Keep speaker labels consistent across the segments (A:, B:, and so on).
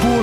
A: 波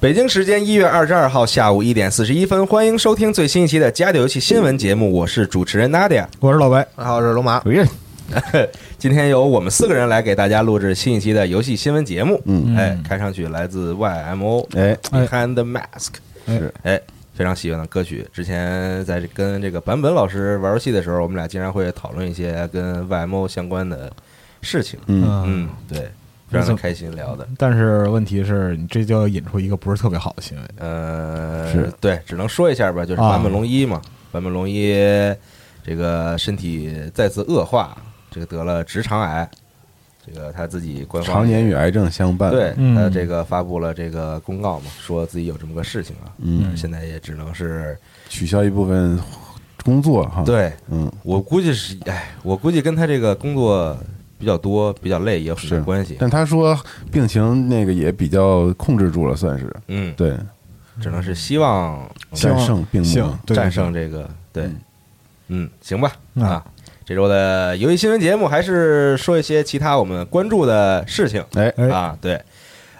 B: 北京时间一月二十二号下午一点四十一分，欢迎收听最新一期的《家里游戏新闻》节目，我是主持人 Nadia，
C: 我是老白，
D: 大家好，我是龙
E: 啊
D: 马。
B: 今天由我们四个人来给大家录制新一期的游戏新闻节目。嗯，哎，看上去来自 YMO，
C: 哎
B: ，Behind the Mask，
C: 哎
B: 是，哎，非常喜欢的歌曲。之前在这跟这个版本老师玩游戏的时候，我们俩经常会讨论一些跟 YMO 相关的事情。嗯，对，非常的开心聊的。
C: 但是问题是你这就引出一个不是特别好的新闻，
B: 呃，
C: 是
B: 对，只能说一下吧，就是
C: 啊
B: 坂本龙一嘛，坂本龙一这个身体再次恶化，这个得了直肠癌，这个他自己官方
E: 常年与癌症相伴。
B: 对，
C: 嗯
B: 他这个发布了这个公告嘛，说自己有这么个事情啊，
E: 嗯，
B: 现在也只能是
E: 取消一部分工作哈。，
B: 对
E: 嗯，
B: 我估计是，哎，我估计跟他这个工作比较多、比较累也有很
E: 是
B: 大关系，
E: 但他说病情那个也比较控制住了，算是
B: 嗯，
E: 对，
B: 只能是希望
C: 希
E: 战
C: 望
E: 胜病魔
C: 行。，对
B: 战胜这个，对，嗯，行吧，
C: 嗯
B: 啊，这周的游戏新闻节目还是说一些其他我们关注的事情
E: 哎，
C: 哎
B: 啊，对，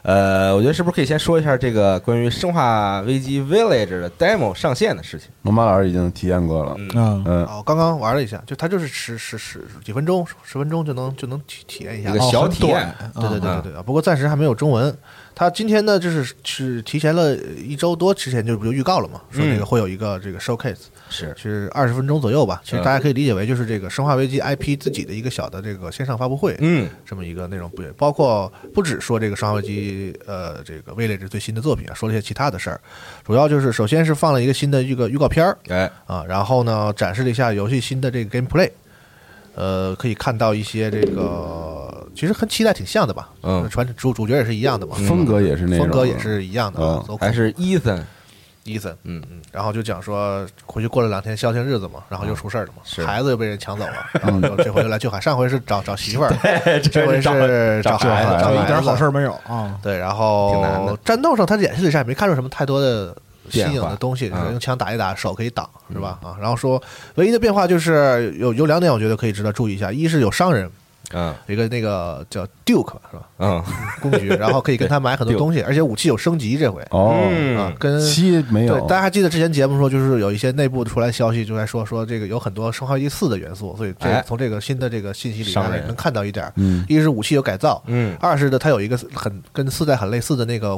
B: 呃，我觉得是不是可以先说一下这个关于《生化危机 Village》的 demo 上线的事情？
E: 龙马老师已经体验过了。
C: 嗯，
E: 嗯，
D: 啊，我刚刚玩了一下，就它就是十十十几分钟，十分钟就能就能体体验一下
B: 一个。
C: 哦
B: 小
C: 很
B: 体验
C: 短，
D: 对对对
B: 啊
D: 对对，啊不过暂时还没有中文。它今天呢，就是是提前了一周多之前就不就预告了嘛，说这个会有一个这个 showcase，
B: 嗯是
D: 是二十分钟左右吧。其实
B: 嗯
D: 大家可以理解为就是这个《生化危机》IP 自己的一个小的这个线上发布会，
B: 嗯，
D: 这么一个内容，不也包括不止说这个《生化危机》呃这个《Village》最新的作品啊，说了一些其他的事儿。主要就是首先是放了一个新的预告预告片儿，
B: 哎，
D: 啊，然后呢，展示了一下游戏新的这个 gameplay，呃，可以看到一些这个，其实和期待挺像的吧，
B: 嗯
D: 传主主角也是一样的嘛，
E: 风格也是那种，
D: 风格也是一样的啊
E: 嗯，
D: 走
B: 还是 Ethan，
D: 伊森，
B: 嗯
D: 嗯，然后就讲说回去过了两天消停日子嘛，然后又出事儿了嘛，
B: 是
D: 孩子又被人抢走了，然后就这回又来救孩，上回是找找媳妇儿，这回
B: 找
D: 是找
B: 找
D: 孩
B: 孩
D: 子，
B: 子
D: 找
C: 一
D: 孩
C: 点
D: 子
C: 好事儿没有啊，
D: 对，然
B: 挺难的
D: 后战斗上他演示了一下，也没看出什么太多的新颖
B: 变
D: 的
B: 化
D: 东西，就是
B: 嗯
D: 用枪打一打，手可以挡，是吧？啊，然后说唯一的变化就是有有两点，我觉得可以值得注意一下，一是有商人，
B: 嗯
D: 有一个那个叫 Duke 吧是吧？
B: 嗯，
D: 公爵， 然后可以跟他买很多东西，而且武器有升级这回
E: 哦，
D: 啊
B: 嗯，
D: 跟
E: 七没
D: 对
E: 有，，
D: 大家还记得之前节目说，就是有一些内部出来消息，就在说说这个有很多《生化危机四》的元素，所以这
B: 哎
D: 从这个新的这个信息里
B: 商
D: 大家
B: 人
D: 能看到一点儿。
E: 嗯
D: 一是武器有改造，
B: 嗯
D: 二是呢它有一个很跟四代很类似的那个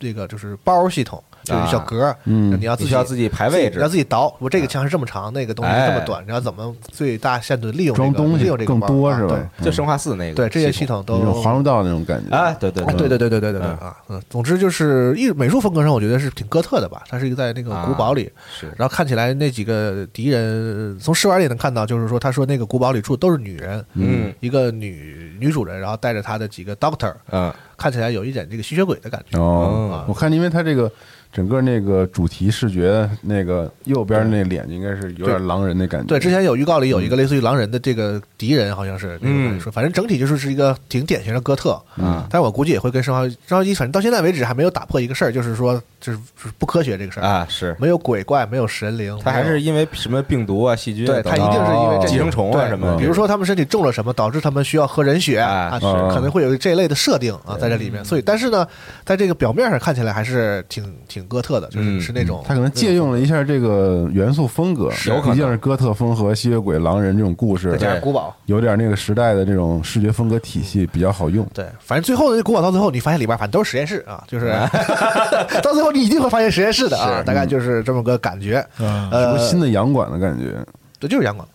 D: 这个就是包系统，就是一小格儿，
E: 嗯
D: 你要自
B: 必
D: 己
B: 须要自己排位置
D: 你要自己倒。我这个枪是这么长，那个东西是这么
B: 哎
D: 短，你要怎么最大限度地利用这
E: 装
D: 个
E: 东
D: 利
E: 西
D: 用这个
E: 更
D: 包
E: 多
D: 啊
E: 是
D: 对
E: 吧？
B: 就生化四那个，
D: 对，这些系统
E: 那种
D: 都
E: 华容道那种感觉
B: 啊，对对
D: 啊，对对对对对对对
B: 嗯
D: 啊，嗯，总之就是艺美术风格上，我觉得是挺哥特的吧。它是一个在那个古堡里，
B: 是
D: 然后看起来那几个敌人从试玩里能看到，就是说他说那个古堡里住的都是女人，
B: 嗯，
D: 一个女女主人，然后带着她的几个 Doctor，
B: 嗯，
D: 看起来有一点这个吸血鬼的感觉。
E: 哦
B: 嗯，
E: 我看，因为它这个整个那个主题视觉，那个右边那脸应该是有点狼人的感觉。
D: 对，之前有预告里有一个类似于狼人的这个敌人，好像是
B: 嗯
D: 那
B: 啊
D: 种感觉，反正整体就是是一个挺典型的哥特。嗯，但是我估计也会跟生化生化危机，反正到现在为止还没有打破一个事儿，就是说就是就是不科学这个事儿，
B: 啊是，
D: 没有鬼怪，没有神灵，
B: 他还
D: 没有
B: 是因为什么病毒啊、细菌啊
D: 对
B: 等
D: 他
B: 等，
D: 一定是因为这
B: 寄生虫啊
D: 对
B: 什么的，
D: 比如说他们身体中了什么，导致他们需要喝人血
B: 啊
D: 啊，
B: 是
D: 可能会有这类的设定啊在这里面。所以，但是呢，在这个表面上看起来还是挺挺哥特的，就
B: 嗯
D: 是是那种
E: 他可能借用了一下这个元素风格，
B: 有可能
E: 毕竟是哥特风和吸血鬼、狼人这种故事
D: 再，加上古堡。
E: 有点那个时代的这种视觉风格体系比较好用。
D: 对，反正最后呢，古堡到最后，你发现里边反正都是实验室啊，就是
B: 嗯
D: 到最后你一定会发现实验室的啊，大概就是这么个感觉。
E: 什
C: 嗯
E: 么
D: 呃，
E: 新的洋馆的感觉
D: 对，就是阳光，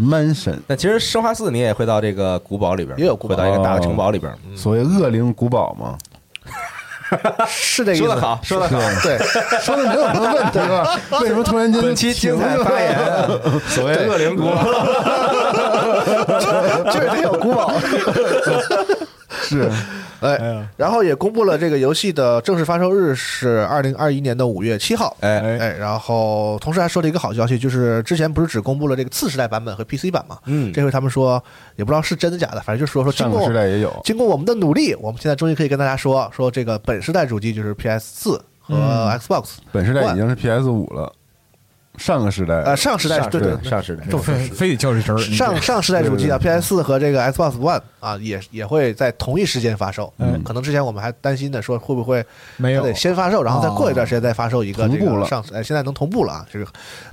E: ，mansion，
B: 但其实生化四你也会到这个古堡里边儿，
D: 也有古堡
B: 会
D: 哦
B: 到一个大的城堡里边儿。
E: 所谓恶灵古堡嘛，
D: 是这个意思。
B: 说得好，说得好。
D: 对，
E: 说的没有什么问题吧？为什么突然间
B: 本期精彩发言，所谓恶灵古堡，
D: 就是得 有古堡。
E: 是
D: 哎，然后也公布了这个游戏的正式发售日是二零二一年的五月七号。
B: 哎
D: 哎，然后同时还说了一个好消息，就是之前不是只公布了这个次世代版本和 PC 版嘛？
B: 嗯
D: 这回他们说也不知道是真的假的，反正就说说经
E: 上个
D: 过
E: 时代也有
D: 经过我们的努力，我们现在终于可以跟大家说说这个本世代主机就是 PS 四和 Xbox，
E: 嗯本时代已经是 PS 五了，上个时代
D: 呃上世代对对
B: 对上世代
D: 这么说
C: 非非得叫这声儿，你
D: 上
C: 这
D: 上世代主机啊，PS 四和这个 Xbox One 啊，也也会在同一时间发售。嗯，可能之前我们还担心的说会不会
C: 没有
D: 它得先发售，然后再过一段时间再发售一个
E: 同
D: 这
E: 步
D: 个
E: 了
D: 上，哎，现在能同步了啊。这个，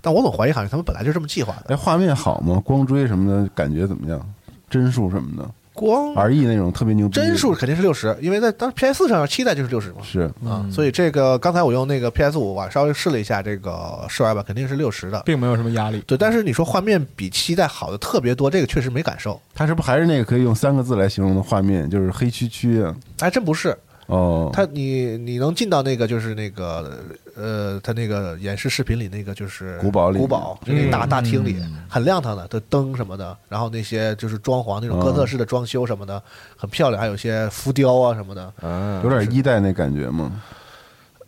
D: 但我总怀疑好像他们本来就这么计划的。
E: 哎，画面好吗？光追什么的感觉怎么样？帧数什么的
D: 光
E: ，RE 那种特别牛逼，
D: 帧数肯定是六十，因为在当时 PS 四上期待就是六十嘛。
E: 是
D: 啊，所以这个刚才我用那个 PS 五啊，稍微试了一下这个试玩版，肯定是六十的。
C: 并没有什么压力。
D: 对，但是你说画面比期待好的特别多，这个确实没感受。
E: 它是不是还是那个可以用三个字来形容的画面，就是黑黢黢啊？
D: 还哎真不是，
E: 哦，
D: 它你你能进到那个就是那个呃，它那个演示视频里那个就是
E: 古堡里
D: 古堡就那个大大厅里很亮堂的，的灯什么的，然后那些就是装潢那种哥特式的装修什么的，很漂亮，还有一些浮雕啊什么的。
B: 嗯，
E: 有点一代那感觉吗？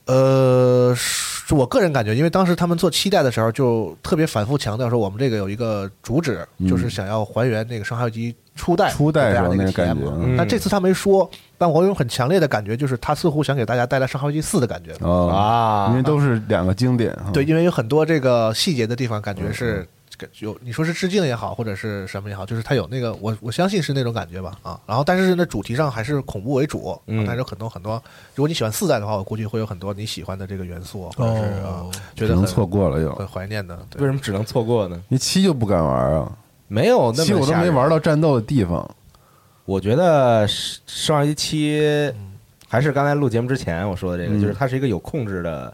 D: 呃，是我个人感觉，因为当时他们做期待的时候，就特别反复强调说我们这个有一个主旨，就是想要还原那个《生化危机》初代
E: 嗯初代
D: 给大
E: 时
D: 家
E: 候那
D: 那
E: 个
D: 个体验
E: 感觉
D: 嘛。
E: 嗯
D: 但这次他没说，但我有很强烈的感觉，就是他似乎想给大家带来《生化危机四》的感觉。
E: 哦
B: 啊
E: 因为都是两个经典啊哈。
D: 对，，因为有很多这个细节的地方，感觉是感觉有你说是致敬也好，或者是什么也好，就是它有那个我我相信是那种感觉吧啊。然后，但是呢，主题上还是恐怖为主，啊
B: 嗯
D: 但是有很多很多，如果你喜欢四代的话，我估计会有很多你喜欢的这个元素，或者是、啊
C: 哦、
D: 觉
E: 只
D: 得
E: 能
D: 很
E: 错过了又
D: 很。怀念的。对
B: 为什么只能错过呢？
E: 你七就不敢玩啊？
B: 没有那
E: 七
B: 么
E: 我都
B: 吓
E: 没
B: 人
E: 玩。到战斗的地方。
B: 我觉得是上一期还是刚才录节目之前我说的这个，
E: 嗯
B: 就是它是一个有控制的、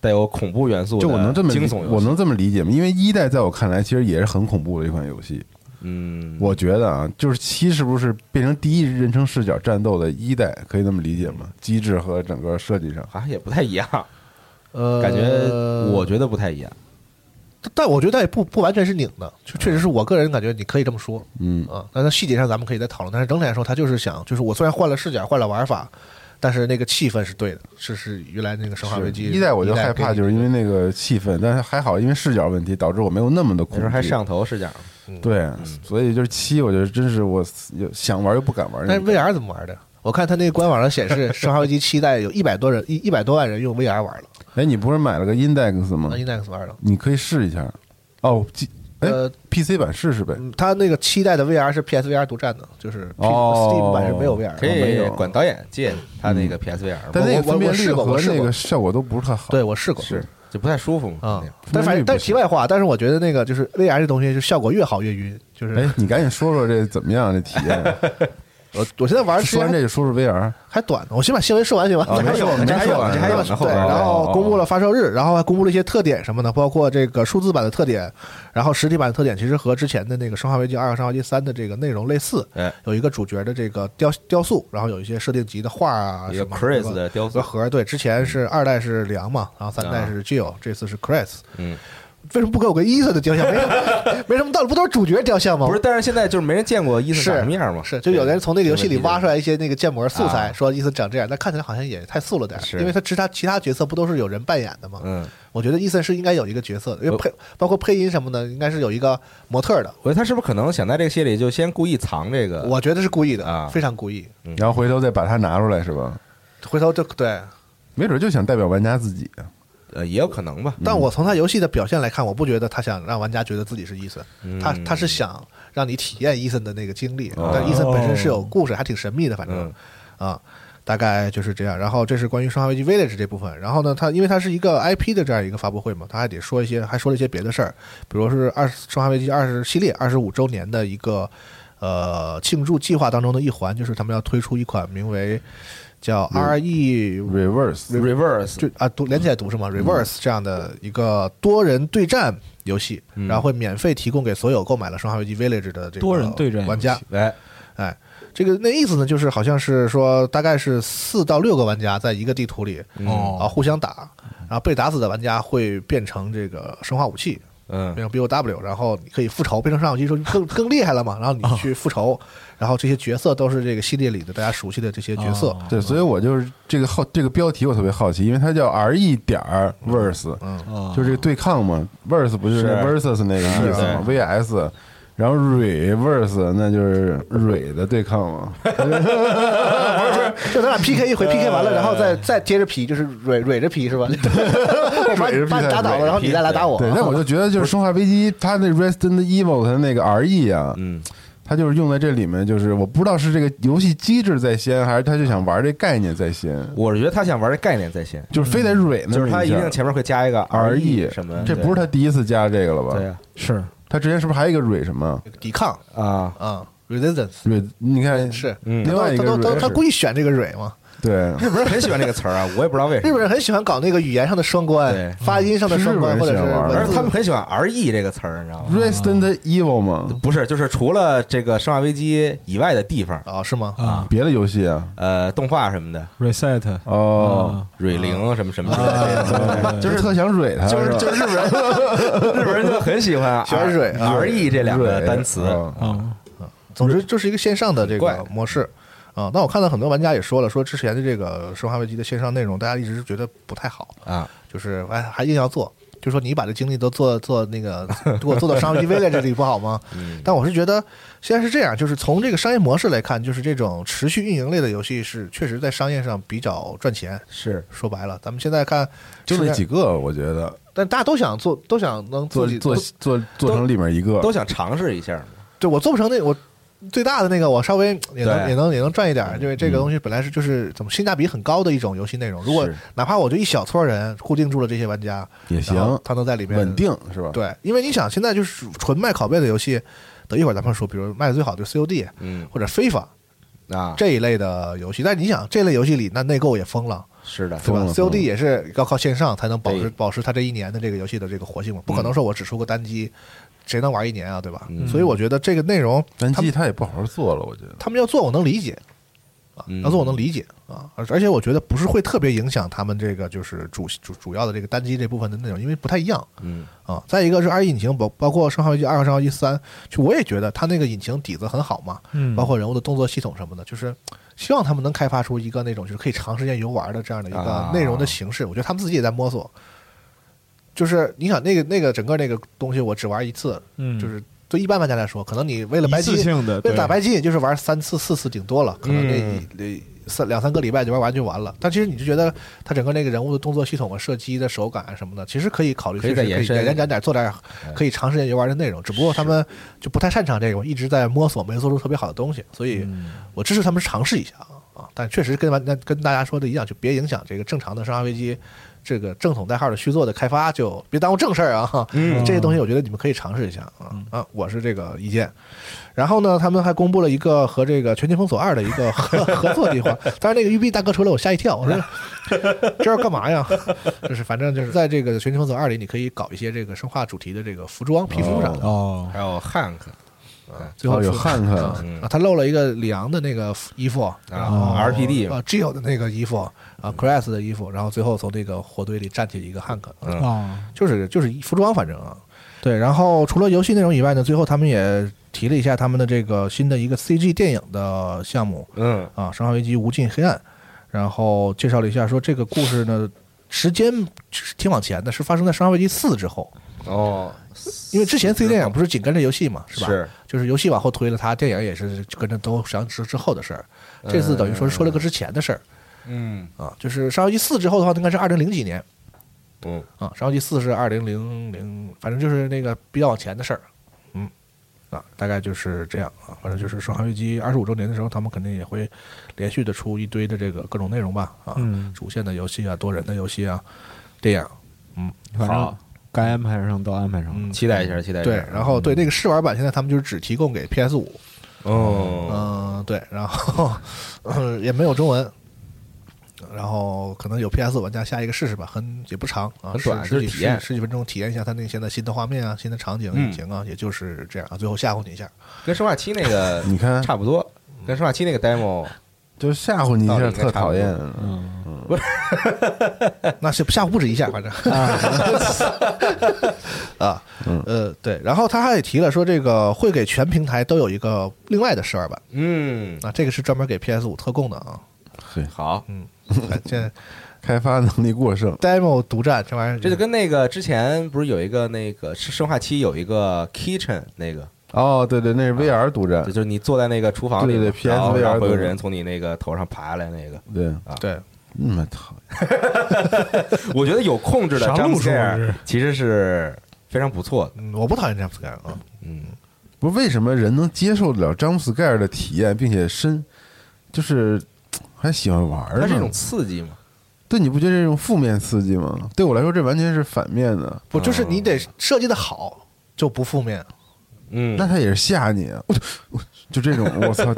B: 带有恐怖元素的
E: 就我能这么理
B: 惊悚游戏。
E: 我能这么理解吗？因为一代在我看来其实也是很恐怖的一款游戏。
B: 嗯，
E: 我觉得啊，就是七是不是变成第一人称视角战斗的一代，可以这么理解吗？机制和整个设计上，
B: 好啊像也不太一样，
D: 呃，
B: 感觉我觉得不太一样。
D: 但我觉得也不不完全是拧的，就确实是我个人感觉，你可以这么说
E: 嗯，
D: 啊。但是细节上咱们可以再讨论，但是整体来说，他就是想，就是我虽然换了视角，换了玩法。但是那个气氛是对的，是是原来那个《生化危机》
E: 一代我就害
D: 给
E: 怕，
D: 你
E: 就是因为那个气氛，但是还好，因为视角问题导致我没有那么
B: 那
E: 的恐
B: 时
E: 惧。哦
B: 候还上嗯头视角，
E: 对，
D: 嗯
E: 所以就是七，我觉得真是我有想玩又不敢玩那
D: 但
E: 种
D: 是
E: 感觉。
D: VR 怎么玩的？我看他那个官网上显示，《生化危机》七代有一百多人，一一百多万人用 VR 玩了，
E: 哎，你不是买了个 Index 吗
D: 那？Inex 玩了。
E: 你可以试一下。哦，机哎
D: 呃，
E: ，PC 版试试呗。
D: 嗯他那个七代的 VR 是 PSVR 独占的，就是 P-
E: 哦
D: Steam 版是没有 VR
B: 可
D: 的。
E: 没
B: 以
E: 有嗯
B: 管导演借他那个 PSVR，
E: 但那个
D: 我我
E: 分辨率
D: 试过
E: 和
D: 我试
E: 那
D: 过
E: 个效果都不是特好。
D: 对，我试过。
B: 是就不太舒服嘛。
E: 嗯
D: 啊
B: 那样，
D: 但
E: 分辨
D: 反
E: 率不
D: 正但是
E: 行
D: 题外话，但是我觉得那个就是 VR 这东西，就效果越好越晕。就是
E: 哎，你赶紧说说这怎么样？这体 验？
D: 我我现在玩时
E: 说完
D: 间
E: 这就说说 VR。
D: 还短呢，我先把新闻说完行吗？
E: 啊没说完没说完
B: 这还有
E: 这还有
D: 对，
E: 呢后边
D: 然
E: 哦
D: 后公
B: 啊
D: 布了发售日，然后还公布了一些特点什么的，包括这个数字版的特点，然后实体版的特点其实和之前的那个《生化危机二》和《生化危机三》的这个内容类似
B: 哎，
D: 有一个主角的这个雕雕塑，然后有一些设定集的画啊，
B: 一个
D: 什么
B: Chris 的雕
E: 啊
D: 有
B: 塑，
D: 个盒儿，对，之前是二代是梁嘛，然后三代是 Jill，这次是 Chris，
B: 嗯，
D: 为什么不给我个伊森的雕像？没什么没什么道理，不都是主角雕像吗？
B: 不是，但是现在就是没人见过伊森
D: 是
B: 长什么样嘛？
D: 是，就有的人从那个游戏里挖出
B: 来，
D: 来一些那个建模素材，
B: 啊
D: 说伊森长这样，但看起来好像也太素了点儿，
B: 是
D: 因为他其他其他角色不都是有人扮演的吗？
B: 嗯，
D: 我觉得伊森是应该有一个角色的，因为配包括配音什么的，应该是有一个模特的。
B: 我觉得他是不是可能想在这个系列里就先故意藏这个？
D: 我觉得是故意
B: 啊
D: 的，非常故意。
E: 然后回头再把它拿出来是吧？
D: 回头就对，
E: 没准就想代表玩家自己啊。
B: 呃也有可能吧，
D: 但我从他游戏的表现来看，我不觉得他想让玩家觉得自己是伊森，他他是想让你体验伊森的那个经历，但伊森本身是有故事，还挺神秘的，反正
B: 嗯
D: 啊。大概就是这样，然后这是关于《生化危机 Village》这部分。然后呢，它因为它是一个 IP 的这样一个发布会嘛，它还得说一些，还说了一些别的事儿，比如说是二《生化危机》二十系列二十五周年的一个呃庆祝计划当中的一环，就是他们要推出一款名为叫 E RE
E: Reverse，
B: reverse
D: 就啊读连起来读是
C: 嗯
D: 吗？Reverse 这样的一个多人对战游戏，然后会免费提供给所有购买了《生化危机 Village》的这个
C: 嗯多人对战游戏
D: 玩家。
B: 哎，
D: 哎，这个那意思呢，就是好像是说大概是四到六个玩家在一个地图里啊
C: 哦，
D: 互相打，然后被打死的玩家会变成这个生化武器，
B: 嗯，
D: 变成 BOW，然后你可以复仇，变成生化武器就更更厉害了嘛，然后
C: 哦
D: 你去复仇，然后这些角色都是这个系列里的大家熟悉的这些角
C: 哦
D: 色。
B: 啊
E: 对，所以我就是这个好这个标题我特别好奇，因为它叫 R E 点儿 Verse，
B: 嗯
C: 哦
E: 就是这个对抗嘛，Verse 不就是是 Versus 那个意思吗？V S。然后 reverse 那就是蕊的对抗嘛，
D: 就咱俩 PK 一
E: 嗯
D: 回，PK 完了，然后再再接着皮，就是蕊蕊着皮是吧？ 把
E: 蕊
D: 你
E: 着皮
D: 把你打倒了，然后你再来打
B: 哦
D: 我。
E: 对，但我就觉得就是《生化危机》它那 Resident Evil 它那个 RE 啊，
B: 嗯，
E: 它就是用在这里面，就是我不知道是这个游戏机制在先，还是他就想玩这概念在先，
B: 我是觉得他想玩这概念在嗯先，
E: 就是非得蕊那
B: 就
E: 么
B: 是他
E: 一
B: 一
E: 下
B: 定前面会加一个
E: R E
B: RE 什么，
E: 这不是他第一次加这个了吧？
B: 对啊呀
C: 是
E: 他之前是不是还有一个蕊什么
D: 抵抗
B: 啊，
D: 啊，resistance
E: 蕊？你看
D: 是，
B: 嗯
D: 他
E: 另外一
D: 都
E: 个
D: 他都
E: 蕊
D: 都
E: 是
D: 他故意选这个蕊嘛。
E: 对，
B: 日本人很喜欢这个词儿啊， 我也不知道为什
D: 日
B: 么
D: 本，人很喜欢搞那个语言上的双
B: 对
D: 关，发音上的双
E: 嗯
D: 关，
E: 日
D: 或
E: 本
D: 者
E: 人
D: 是
E: 喜欢玩
D: 文
B: 而
D: 字
B: 且他们很喜欢 RE 这个词儿，你知道吗？
E: Resident Evil 嘛，
B: 不是，就是除了这个《生化危机》以外的地方，
D: 啊，是吗？
C: 啊
E: 别的游戏啊，
B: 呃，动画什么的，
C: ，reset
E: 哦，
C: 啊
B: 蕊灵什么什么之类
C: 啊
B: 的，
E: 就
B: 就是是
E: 特想蕊他，
B: 就是
E: 吧
B: 就是日本人，日本人就很喜欢
D: 喜欢蕊
B: R E 这两个
E: 蕊
B: 单词，
E: 啊
C: 啊
D: 总之就是一个线上的这
B: 怪
D: 个模式啊。那我看到很多玩家也说了，说之前的这个《生化危机》的线上内容，大家一直觉得不太好，
B: 啊，
D: 就是哎还硬要做，就说你把这精力都做做那个，如果做到商业 v 在这里不好吗？但我是觉得现在是这样，就是从这个商业模式来看，就是这种持续运营类的游戏是确实在商业上比较赚钱。
B: 是
D: 说白了，咱们现在看
E: 就那
D: 是
E: 几个，我觉得
D: 但大家都想做，都想能
E: 做
D: 自己
E: 做
D: 都
E: 做做成里面一个
B: 都想尝试一下嘛，
D: 对我做不成那我最大的那个，我稍微也能
B: 对
D: 也能也能赚一点
E: 嗯
D: 儿，因为这个东西本来是就是怎么性价比很高的一种游戏内容。如果
B: 是
D: 哪怕我就一小撮人固定住了这些玩家，
E: 也
D: 然后
E: 行，
D: 他能在里面
E: 稳定是吧？
D: 对，因为你想，现在就是纯卖拷贝的游戏，等一会儿咱们说，比如卖的最好的就是 COD
B: 嗯
D: 或者 FIFA
B: 啊，
D: 这一类的游戏。但你想，这类游戏里那内购也疯了，
B: 是的，
D: 对吧
E: 疯了疯了
D: ？COD 也是要靠线上才能保持
B: 对
D: 保持它这一年的这个游戏的这个活性嘛，不
E: 嗯
D: 可能说我只出个单机，谁能玩一年啊，对吧？所以我觉得这个内容，
E: 单
D: 他
E: 机
D: 们
E: 他也不好好做了，我觉得。
D: 他们要做，我能理解。啊，
B: 嗯
D: 要做我能理解啊，而而且我觉得不是会特别影响他们这个就是主主主要的这个单机这部分的内容，因为不太一样。
B: 嗯
D: 啊，再一个是 R 引擎，包包括《生化危机二》《生化危机三》，就我也觉得它那个引擎底子很好嘛，
C: 嗯
D: 包括人物的动作系统什么的，就是希望他们能开发出一个那种就是可以长时间游玩的这样的一个
B: 啊
D: 内容的形式。我觉得他们自己也在摸索，就是你想那个那个整个那个东西，我只玩一次，
C: 嗯
D: 就是对一般玩家来说，可能你为了白
C: 一
D: 金
C: 次，性的
D: 为了
C: 对
D: 打白金也就是玩三次四次顶多了，可能那一那三两三个礼拜就玩完就完了。但其实你就觉得他整个那个人物的动作系统啊、射击的手感啊什么的，其实可以考虑，
B: 可以
D: 确
B: 再
D: 实
B: 延伸哎
D: 延展点，做点可以长时间游玩的内容。只不过他们就不太擅长这个，一直在摸索，没做出特别好的东西。所以
B: 嗯
D: 我支持他们尝试一下啊啊！但确实跟玩家跟大家说的一样，就别影响这个正常的《生化危机》。这个正统代号的续作的开发就别耽误正事儿啊！嗯，这些东西我觉得你们可以尝试一下啊
B: 嗯
D: 啊！我是这个意见。然后呢，他们还公布了一个和这个《全境封锁二》的一个合 合作计划。当然，那个育碧大哥出来，我吓一跳，我说 这是干嘛呀？就是反正就是在这个《全境封锁二》里，你可以搞一些这个生化主题的这个服装、皮肤啥的。
C: 哦
B: 还有 Hank
D: 最后
E: 哦有
D: 出
E: 汉克
D: 啊啊，他露了一个里昂的那个衣服，然
E: 哦
D: 后
B: 嗯啊，RPD
D: 啊 Gio 的那个衣服啊 c r a s 的衣服，然后最后从那个火堆里站起一个汉克，
B: 嗯
C: 啊，
D: 就是就是服装，反正啊，对。然后除了游戏内容以外呢，最后他们也提了一下他们的这个新的一个 CG 电影的项目
B: 嗯
D: 啊，《生化危机：无尽黑暗》，然后介绍了一下说这个故事呢，时间是挺往前的，是发生在《生化危机四》之后，
B: 哦，
D: 因为之前 CG 电影不是紧跟着游戏嘛，是吧？
B: 是
D: 就是游戏往后推了它，电影也是就跟着都上之之后的事儿。这次等于说是说了个之前的事儿
B: 嗯
D: 啊，就是《上游记四》之后的话，应该是二零零几年
B: 嗯
D: 啊，《上游记四》是二零零零，反正就是那个比较往前的事儿。嗯，啊，大概就是这样啊，反正就是《生化危机》二十五周年的时候，他们肯定也会连续的出一堆的这个各种内容吧啊，
C: 嗯
D: 主线的游戏啊，多人的游戏啊，电影。
C: 反正
B: 好
C: 该安排上都安排上了。
D: 嗯，
B: 期待一下，期待一下。
D: 对，然后对那个试玩版，现在他们就是只提供给 PS 五，
B: 哦，
D: 嗯，对，然后、呃也没有中文，然后可能有 PS 玩家下一个试试吧，很也不长啊，
B: 很
D: 十
B: 短
D: 十
B: 就是
D: 几
B: 体验
D: 十十几分钟，体验一下它那个现在新的画面啊、新的场景、
B: 嗯
D: 引擎啊，也就是这样啊，最后吓唬你一下。
B: 跟生化七那 个
E: 你看，
B: 差不多，跟生化七那个 demo
E: 就吓唬你一
B: 道理
E: 下，
B: 应该差
E: 特
B: 不
E: 讨
B: 多
E: 厌。
D: 那是吓唬不止一下，反正 啊，
E: 嗯
D: 呃，对，然后他还也提了说，这个会给全平台都有一个另外的试玩版，
B: 嗯，
D: 那、这个是专门给 PS 五特供的啊，
B: 好，
D: 哎现在
E: 开发能力过剩，
D: demo 独占这玩意儿，
B: 这就跟那个之前不是有一个那个是生化七有一个 kitchen 那个，
E: 哦，对对，那是 VR 独占
B: 就，就是你坐在那个厨房里嘛，
E: 对对
B: 然后
E: PSVR
B: 然后会有
E: 的
B: 人从你那个头上爬下来那个。
E: 对，
D: 对。
E: 那么讨厌。
B: 我觉得有控制的
C: 啥
B: jump
C: 路数啊
B: scare
C: 这是
B: 其实是非常不错的。
D: 嗯，我不讨厌 jump scare 啊，
B: 嗯，
E: 不是为什么人能接受得了 jump scare 的体验，并且深，就是还喜欢玩儿
B: 它是一
E: 呢
B: 种？刺激嘛。
E: 对，你不觉得这种负面刺激吗？对我来说，这完全是反面的。
D: 不就是
E: 啊
D: 你得设计的好，就不负面。
B: 嗯，
E: 那他也是吓你，啊我就我 就这种，我操，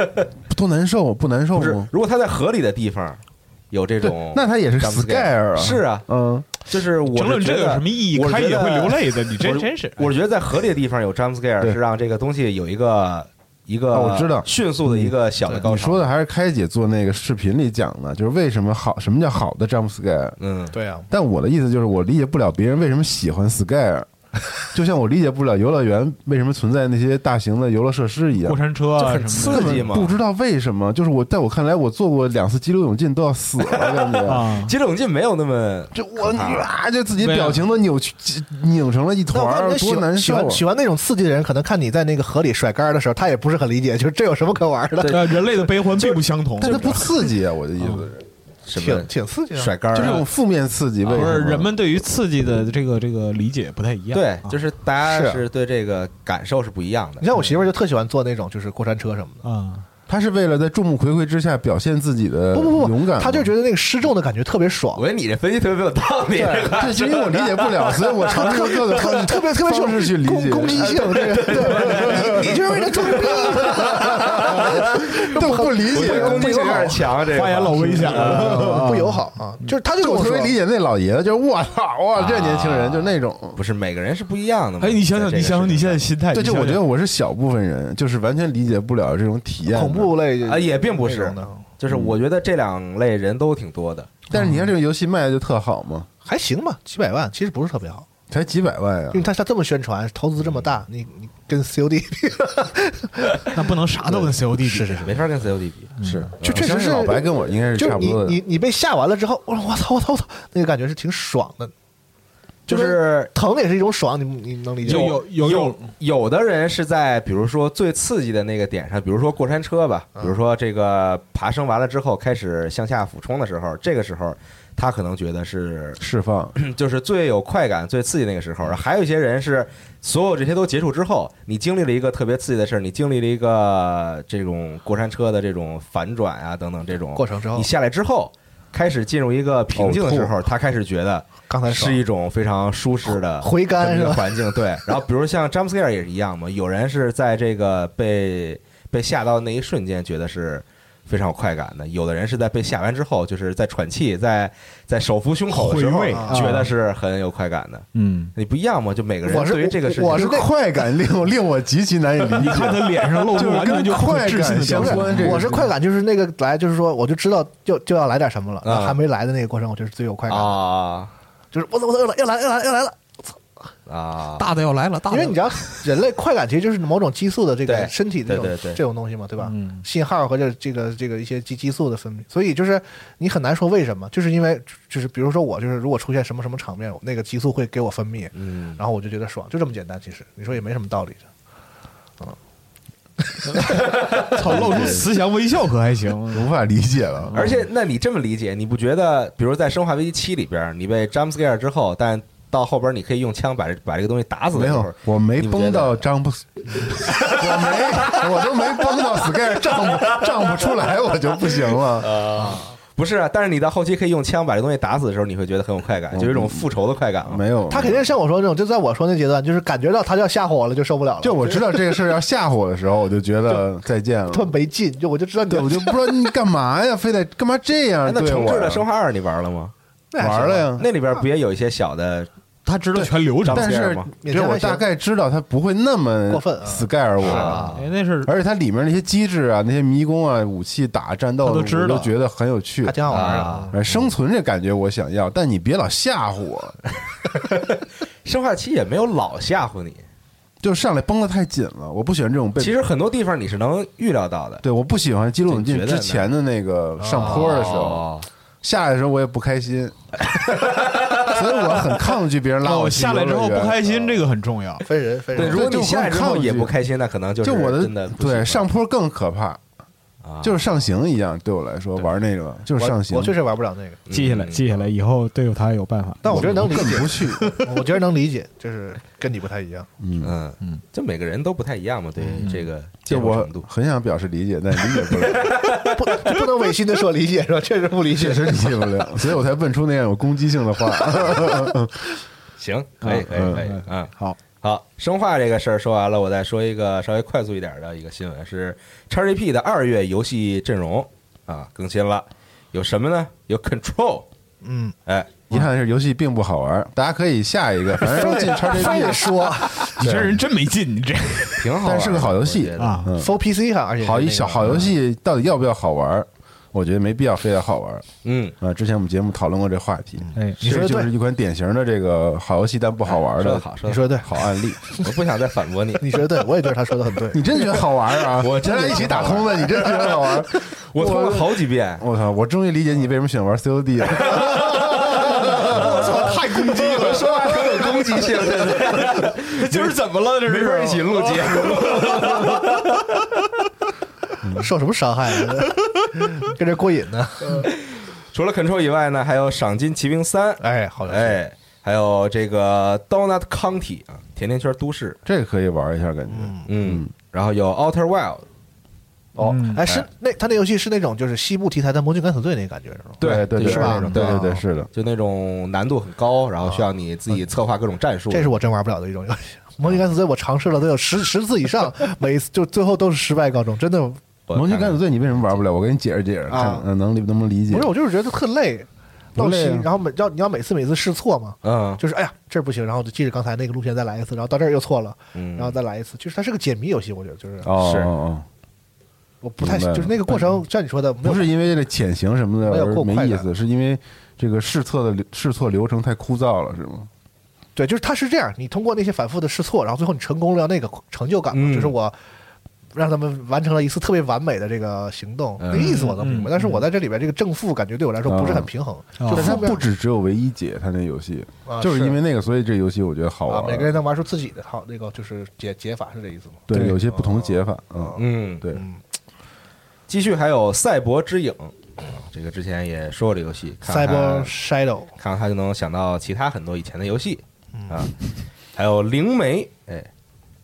E: 多难受，不难受
B: 不是
E: 吗？，
B: 如果它在合理的地方有这种
E: 哦对，，那他也是
B: jump
E: scare 啊，
B: 是啊，
E: 嗯，
B: 就是我
F: 评论
B: 是觉
F: 这
B: 得
F: 有什么意义？
B: 我
F: 看
B: 觉
F: 也
B: 得
F: 会流泪的，你
B: 我
F: 真真是。
B: 我觉得在合理的地方有 jump scare
E: 对
B: 是让这个东西有一个一个
E: 哦我知道
B: 迅速的一个小的高
E: 你
B: 潮。
E: 说的还是开姐做那个视频里讲的，就是为什么好，什么叫好的 jump scare？
B: 嗯，
D: 对啊，
E: 但我的意思就是，我理解不了别人为什么喜欢 scare，就像我理解不了游乐园为什么存在那些大型的游乐设施一样
F: 过。山车
B: 就
F: 啊什
B: 很
F: 么
B: 刺
E: 根
B: 激
E: 本
B: 嘛。
E: 不知道为什么，就是我在我看来，我做过两次激流勇进都要死了，感
F: 的
E: 觉。
F: 啊，
B: 激流勇进没有那么
E: 就我
B: 可怕
E: 啊，就自己表情都扭曲拧成了一团
D: 那
E: 儿，
D: 喜
E: 多
D: 欢
E: 难
D: 喜
E: 受啊
D: 欢！喜欢那种刺激的人，可能看你在那个河里甩杆儿的时候，他也不是很理解，就是这有什么可玩的？
F: 呃，人类的悲欢并不相同，
E: 但它不刺激啊，我的意思
B: 什么
D: 挺挺刺激的。
B: 甩杆儿
E: 是，
B: 啊，
E: 就这种负面刺激，为什
F: 不
E: 么
F: 是人们对于刺激的这个这个理解不太一样。
B: 对，
E: 啊
C: 啊
B: 就是是大家
D: 是
B: 是对这个感受是不一样的
D: 你。像我媳妇儿就特喜欢坐那种就是过山车什么的。
F: 啊，
E: 他是为了在众目睽睽之下表现自己的
D: 不不不
E: 勇
D: 不，
E: 敢吗，
D: 她就觉得那个失重的感觉特别爽
B: 我，觉得你这分析特别没有道理。
E: 对，就因为我理解不了，所以我尝试各个
D: 特
E: 方
D: 特别特别
E: 方式去理
D: 攻
E: 解
D: 攻击 性，这个对，你你就是为了装逼，
E: 但我不理
B: 我觉
E: 解啊
B: 得攻击性有点强，这个
F: 发言老危险了。
D: 不友好啊。就是她就
E: 就
D: 跟
E: 我
D: 我
E: 特
D: 说
E: 别，理解那老爷子，就是我操哇，这年轻人
B: 啊
E: 就那种，
B: 不是每个人是不一样的嘛。
F: 哎，你想想，
B: 在这个
F: 你想想
B: 事
F: 你
B: 情
F: 现在心
C: 哎
F: 态，
E: 对，
F: 你
E: 就
F: 想
E: 我觉得
F: 想
E: 我是小部分人，就是完全理解不了这种体验的
D: 恐。怖类
B: 啊也并不
D: 那
B: 是嗯
D: 种的，
B: 就是我觉得这两类人都挺多的。
E: 但是你看这个游戏卖的就特好嘛，
D: 还行吧，几百万其实不是特别好。
E: 才几百万啊呀
D: 因为，他他这么宣传，投资这么大，你你跟 COD 比，
F: 那不能
C: 啊
F: 啥都跟 COD 比
D: 是是是
B: 没法跟 COD 比，
E: 是，我
D: 就确实
E: 相信
D: 是
E: 老白跟我应该是
D: 就是
E: 差不
D: 你
E: 多的
D: 你。你被吓完了之后，我说我操我操我操，那个感觉是挺爽的，
B: 就是
D: 疼也是一种爽，你你能理解吗？
F: 有有
B: 有有的人是在比如说最刺激的那个点上，比如说过山车吧，比如说这个爬升完了之后开始向下俯冲的时候，这个时候他可能觉得是
E: 释放，
B: 就是最有快感、最刺激那个时候。
D: 嗯
B: 然后还有一些人是所有这些都结束之后，你经历了一个特别刺激的事儿，你经历了一个呃这种过山车的这种反转啊等等这种
D: 过程之后
B: 你下来之后。开始进入一个平静的时候，他开始觉得
D: 刚才
B: 是一种非常舒适的
D: 回甘
B: 这么一
D: 是
B: 个
D: 吧
B: 环境。对， 然后比如像 jump scare 也是一样嘛，有人是在这个被被吓到的那一瞬间觉得是非常有快感的。有的人是在被吓完之后，就是在喘气，在在手扶胸口的时候
F: 回味，
B: 觉得是很有快感的。
F: 嗯，
B: 你不一样嘛，就每个人
D: 啊我是
B: 对于这个事情，
D: 我是那
E: 快感令我令我极其难以理
F: 你看
E: 解。
F: 他脸上露
E: 就
F: 出
E: 是
F: 完全
E: 跟
F: 就不
E: 快
F: 置信
E: 感
F: 的
E: 相
F: 表
E: 关这
F: 情，
E: 个
D: 我是快感，就是那个来，就是说，我就知道就就要来点什么了，
B: 啊
D: 还没来的那个过程，我就是最有快感，
B: 啊
D: 就是我操我操，又来又来又来又来了，
B: 啊，
F: 大的要来了，大
D: 因
F: 的
D: 为你知道，人类快感其实就是某种激素的这个
B: 对
D: 身体这种
B: 对对对
D: 这种东西嘛，对吧？
F: 嗯
D: 信号和这这个这个一些激激素的分泌，所以就是你很难说为什么，就是因为就是比如说我就是如果出现什么什么场面，那个激素会给我分泌，
B: 嗯，
D: 然后我就觉得爽，就这么简单。其实你说也没什么道理的。
F: 操露出慈祥微笑可还行，
E: 无法理解了，
B: 而且，那你这么理解，你不觉得，比如在《生化危机七》里边，你被 jump scare 之后，但到后边你可以用枪把这把这个东西打死的
E: 没
B: 时
E: 有
B: 候，，
E: 我没
B: 你不觉得
E: 崩到张不，我没，我都没崩到 sky 胀不胀不出来，我就不行了。
B: 不是啊，但是你到后期可以用枪把这东西打死的时候，你会觉得很有快感，就有一种复仇的快感啊嘛。
E: 哦嗯没有，
D: 他肯定是像我说的那种，就在我说那阶段，就是感觉到他就要吓唬我了，就受不了了，
E: 就我知道这个事儿要吓唬我的时候，我就觉得再见了。
D: 特没劲，就我就知道你
E: 对，我就不知道你干嘛呀，非得干嘛这
B: 哎
E: 样
B: 那
E: 对
B: 重
E: 我啊
B: 置的
E: 呀
B: 《生化二》你玩了吗？
E: 玩了呀，
B: 那里边不也有一些小的
F: 他知道全流程。
E: 但
B: 这样
E: 是
B: 吗
D: 勉强
E: 这我
D: 还行
E: 大概知道他不会那么
D: 过分啊
E: scare 我，
B: 啊
F: 哎，那是
E: 而且它里面那些机制啊，那些迷宫啊、武器打、战斗，
F: 他都
E: 我
F: 知道
E: 都觉得很有趣
D: 还。挺好玩的。
B: 啊？
E: 哎生存这感觉我想要，但你别老吓唬我，
B: 生化七也没有老吓唬你，
E: 就上来绷得太紧了，我不喜欢这种被
B: 其。实很多地方你是能预料到的。
E: 对，我不喜欢激流勇进
B: 就觉得
E: 之
B: 呢
E: 前的那个上坡的时候，
B: 哦，
E: 下来的时候我也不开心，所以我很抗拒别人拉
F: 哦
E: 我去
F: 下来之后
E: 游乐园
F: 不开心，这个很重要。
D: 分人分
B: 对，
D: 人，
B: 如果
E: 对
B: 你
E: 就
B: 下来之
E: 很
B: 后
E: 抗拒
B: 也不开心，那可能就是
E: 就我
B: 真的不喜欢
E: 对上坡更可怕，
B: 啊
E: 就是上刑一样，对我来说玩那个就是上
D: 我
E: 刑
D: 我，确实玩不了那个，
F: 记下来，记下来，以后对付他有办法。
D: 但我觉得能理
E: 更
D: 解
E: 不，去。
D: 我觉得能理解，就是跟你不太一样。
E: 嗯，
B: 嗯嗯，就每个人都不太一样嘛，对于这个接
E: 就
B: 受
E: 我
B: 程度。
E: 很想表示理解，但理解不了，
D: 不不能违心的说理解是吧？确实不理
E: 确
D: 解。
E: 实理解不了，所以我才问出那样有攻击性的话。
B: 行，可以，可以，
E: 嗯
B: 可以
F: 嗯，
B: 嗯，
F: 好，
B: 好，生化这个事儿说完了，我再说一个稍微快速一点的一个新闻，是 XGP 的二月游戏阵容啊更新了，有什么呢？有 Control，
D: 嗯，
B: 哎，
E: 遗憾的是，游戏并不好玩，大家可以下一个，反正进 XGP 也说，
F: 你这人真没劲，你这
B: 挺好玩的，
E: 但是个好游戏
B: 我觉得
F: 啊，
E: 嗯
D: f o PC 哈，而且是
E: 好一
D: 那个
E: 小好游戏到底要不要好玩？我觉得没必要非要好玩
B: 嗯，
E: 啊！之前我们节目讨论过这话
C: 嗯
E: 题，
F: 哎，
E: 其实就是一款典型的这个好游戏但不好玩
B: 说
E: 的
B: 的好，说
D: 你
B: 的
D: 说的对，
E: 好案例。
B: 我不想再反驳你，
D: 你说的对，我也觉得他说的很对。
E: 你真觉得好玩啊？
B: 我真觉
E: 咱
B: 得
E: 俩一起打通的，你真觉得好玩？
B: 我通了好几遍，
E: 我操！我终于理解你为什么喜欢玩 COD 了。
F: 我操，太攻击 了，
B: 说话挺有攻击性，真的，
F: 今儿怎么了？这
B: 没法一起录节目，
E: 嗯
D: 受什么伤害 了？跟这过瘾呢？
B: 除了 Control 以外呢，还有《赏金骑兵三》，
D: 哎，好游戏，
B: 哎，还有这个 Donut County 啊，甜甜圈都市，
E: 这个可以玩一下，感觉
B: 嗯，然后有 Outer Wild，
D: 哦，哎，是
B: 哎
D: 那他那游戏是那种就是西部题材的《魔镜敢死队》那个感觉是吗？
B: 对
E: 对对对，
B: 是吧
E: 对对对，是的。
B: 就那种难度很高，然后需要你自己策划各种战术。
D: 这是我真玩不了的一种游戏。魔镜敢死队我尝试了都有十十次以 上，每一次就最后都是失败告终，真的
B: 我
E: 盟军
B: 看看
E: 敢死队你为什么玩不了？我给你解释解释，
D: 啊
E: 看呃能理能不能理解
D: 不是，？我就是觉得特累，
E: 不
D: 闹
E: 累
D: 心
E: 啊，
D: 然后每要你要每次每次试错嘛，
B: 嗯，
D: 就是哎呀这儿不行，然后就记着刚才那个路线再来一次，然后到这儿又错了，
B: 嗯
D: 然后再来一次，就是它是个解谜游戏，我觉得就是
E: 哦
B: 是
E: 哦哦，
D: 我不太
E: 明白了
D: 就是那个过程，像你说的没有
E: 不是因为这潜行什么的
D: 没有过
E: 而没
D: 快
E: 意
D: 感
E: 思，是因为这个试错的流试错流程太枯燥了，是吗？
D: 对，就是它是这样，你通过那些反复的试错，然后最后你成功了，那个成就感嘛，
B: 嗯
D: 就是我让他们完成了一次特别完美的这个行动，
B: 嗯
D: 那个意思我能明
F: 嗯
D: 白。但是我在这里边这个正负感觉对我来说不是很平衡，
F: 啊
D: 就
E: 但它
D: 负面
E: 不止只有唯一解，它那游戏
D: 啊
E: 就是
D: 是
E: 因为那个，所以这游戏我觉得好
D: 啊
E: 玩，。
D: 每个人能玩出自己的好那个就是解解法是这意思吗？
E: 对
F: 对
E: 有些不同解法，嗯，
B: 嗯，
E: 对，
B: 继续还有《赛博之影》，嗯这个之前也说过这游戏，看看
D: Cyber Shadow
B: 看看他就能想到其他很多以前的游戏
D: 嗯
B: 啊，还有《灵媒》，哎，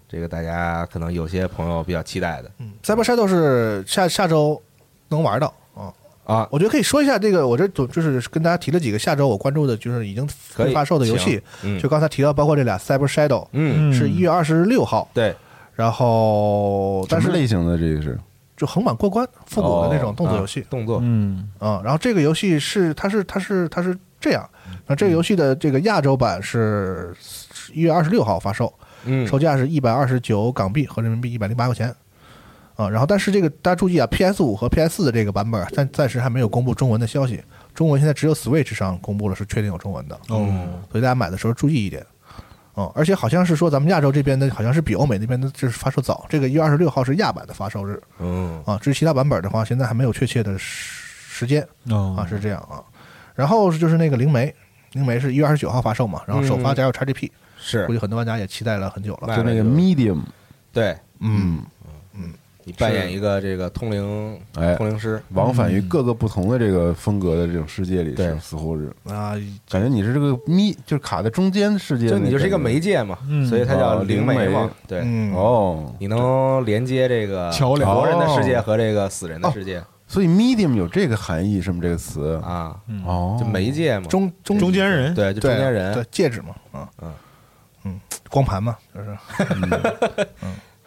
B: 这个大家可能有些朋友比较期待的
D: 嗯，Cyber Shadow 是下下周能玩到啊。
B: 啊，
D: 我觉得可以说一下这个，我这总就是跟大家提了几个下周我关注的，就是已经
B: 可以
D: 发售的游戏，，
B: 请嗯
D: 就刚才提到包括这俩 Cyber Shadow，、
B: 嗯，
D: 是一月二十六号，
B: 对，
D: 然后但
E: 什
D: 是
E: 么类型的这个是？
D: 就就横版过关复古的那种动作游戏
B: 哦啊动作，
F: 嗯
D: 啊、然后这个游戏是它是它是它是这样，那这个游戏的这个亚洲版是一月二十六号发售，
B: 嗯，
D: 售价是一百二十九港币和人民币一百零八块钱。啊、然后但是这个大家注意啊，PS 五和 PS 四的这个版本啊暂暂时还没有公布中文的消息，中文现在只有 Switch 上公布了是确定有中文的，嗯
B: 嗯
F: 哦，
D: 所以大家买的时候注意一点。嗯，而且好像是说咱们亚洲这边的，好像是比欧美那边的就是发售早，这个一月二十六号是亚版的发售日
B: 嗯
D: 啊。至于其他版本的话，现在还没有确切的时时间
F: 哦
D: 啊，是这样啊。然后就是那个灵媒，灵媒是一月二十九号发售嘛，然后首发加入 XGP，、
B: 嗯是
D: 估计很多玩家也期待了很久了。
E: 就那个 medium，
B: 对
D: 嗯，
B: 你扮演一个这个通灵
E: 哎
B: 通灵师，
E: 往返
D: 嗯
E: 于各个不同的这个风格的这种世界里，
B: 对
E: 是似乎是
D: 啊，
E: 感觉你是这个咪，就是卡在中间世界那
B: 就
E: 个，
B: 你就是一个媒介嘛，所以它叫
E: 哦
B: 灵媒嘛
E: 灵媒，
B: 对。
D: 嗯，
E: 哦，
B: 你能连接这个
F: 桥梁
B: 活人的世界和这个死人的世界
E: 所以 medium 有这个含义是吗？这个词
B: 啊，
D: 嗯
E: 哦
B: 就，媒介嘛，
D: 中中
F: 中间人，
B: 对，就中
D: 对
B: 间人
D: 对，戒指嘛，啊
B: 嗯
D: 嗯光盘嘛，就是，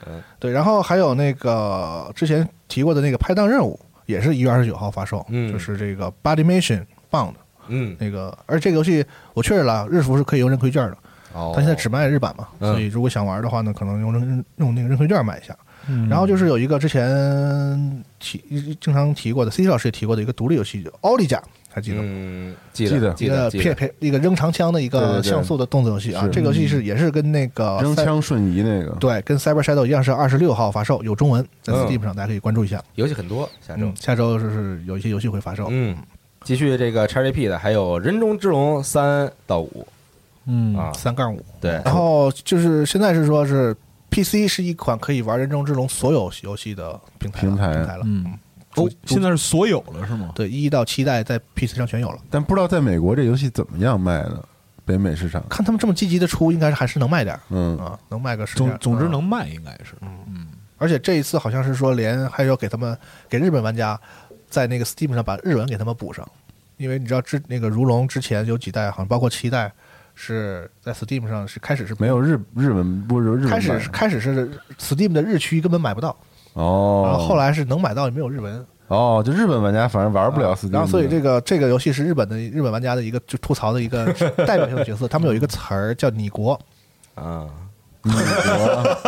D: 嗯，对，然后还有那个之前提过的那个拍档任务，也是一月二十九号发售，
B: 嗯
D: 就是这个 Body Mission Bound
B: 嗯，
D: 那个，而这个游戏我确认了，日服是可以用认亏券的，
B: 哦，
D: 它现在只卖日版嘛，
B: 嗯
D: 所以如果想玩的话呢，可能用认用那个认亏券买一下。
F: 嗯
D: 然后就是有一个之前提经常提过的，C C 老师也提过的一个独立游戏，叫《奥利加》，还记得吗？
B: 嗯，记
E: 记
B: 得
E: 得
B: 记
D: 一个
B: 得记
D: 片
B: 得，
D: 片一个扔长枪的一
E: 对
D: 个
E: 对对
D: 像素的动作游戏啊
E: 是，嗯
D: 这个游戏是也是跟那个
E: 扔
D: Cy-
E: 枪瞬移那个，
D: 对，跟 Cyber Shadow 一样是二十六号发售，有中文，在
B: 嗯
D: Steam 上大家可以关注一下。
B: 游戏很多，下周
D: 嗯，下周就是有一些游戏会发售。
B: 嗯，继续这个 XGP 的，还有《人中之龙》三到五
F: 嗯
B: 啊，
D: 三杠五，
B: 对，
D: 然后就是现在是说是 PC 是一款可以玩《人中之龙》所有游戏的平台了
E: 平台
D: 平台了，
F: 嗯，哦，现在是所有了是吗？
D: 对一到七代在 PC 上全有了。
E: 但不知道在美国这游戏怎么样卖的，北美市场，
D: 看他们这么积极的出，应该是还是能卖点儿
E: 嗯，
D: 啊，能卖个十点
F: 总
D: 儿
F: 总之
D: 嗯
F: 能卖，应该是
D: 而且这一次好像是说连还要给他们给日本玩家在那个 Steam 上把日文给他们补上，因为你知道之那个如龙之前有几代，好像包括七代是在 Steam 上是开始是
E: 没有日日文不是日文
D: 开始
E: 版
D: 是开始是 Steam 的日区根本买不到，然
E: 哦
D: 后，后来是能买到也没有日文，
E: 哦，就日本玩家反正玩不了
D: 啊
E: Steam，
D: 然后所以
E: 的
D: 这个这个游戏是日本的日本玩家的一个就吐槽的一个 代表性的角色，他们有一个词儿叫拟国，
B: 啊，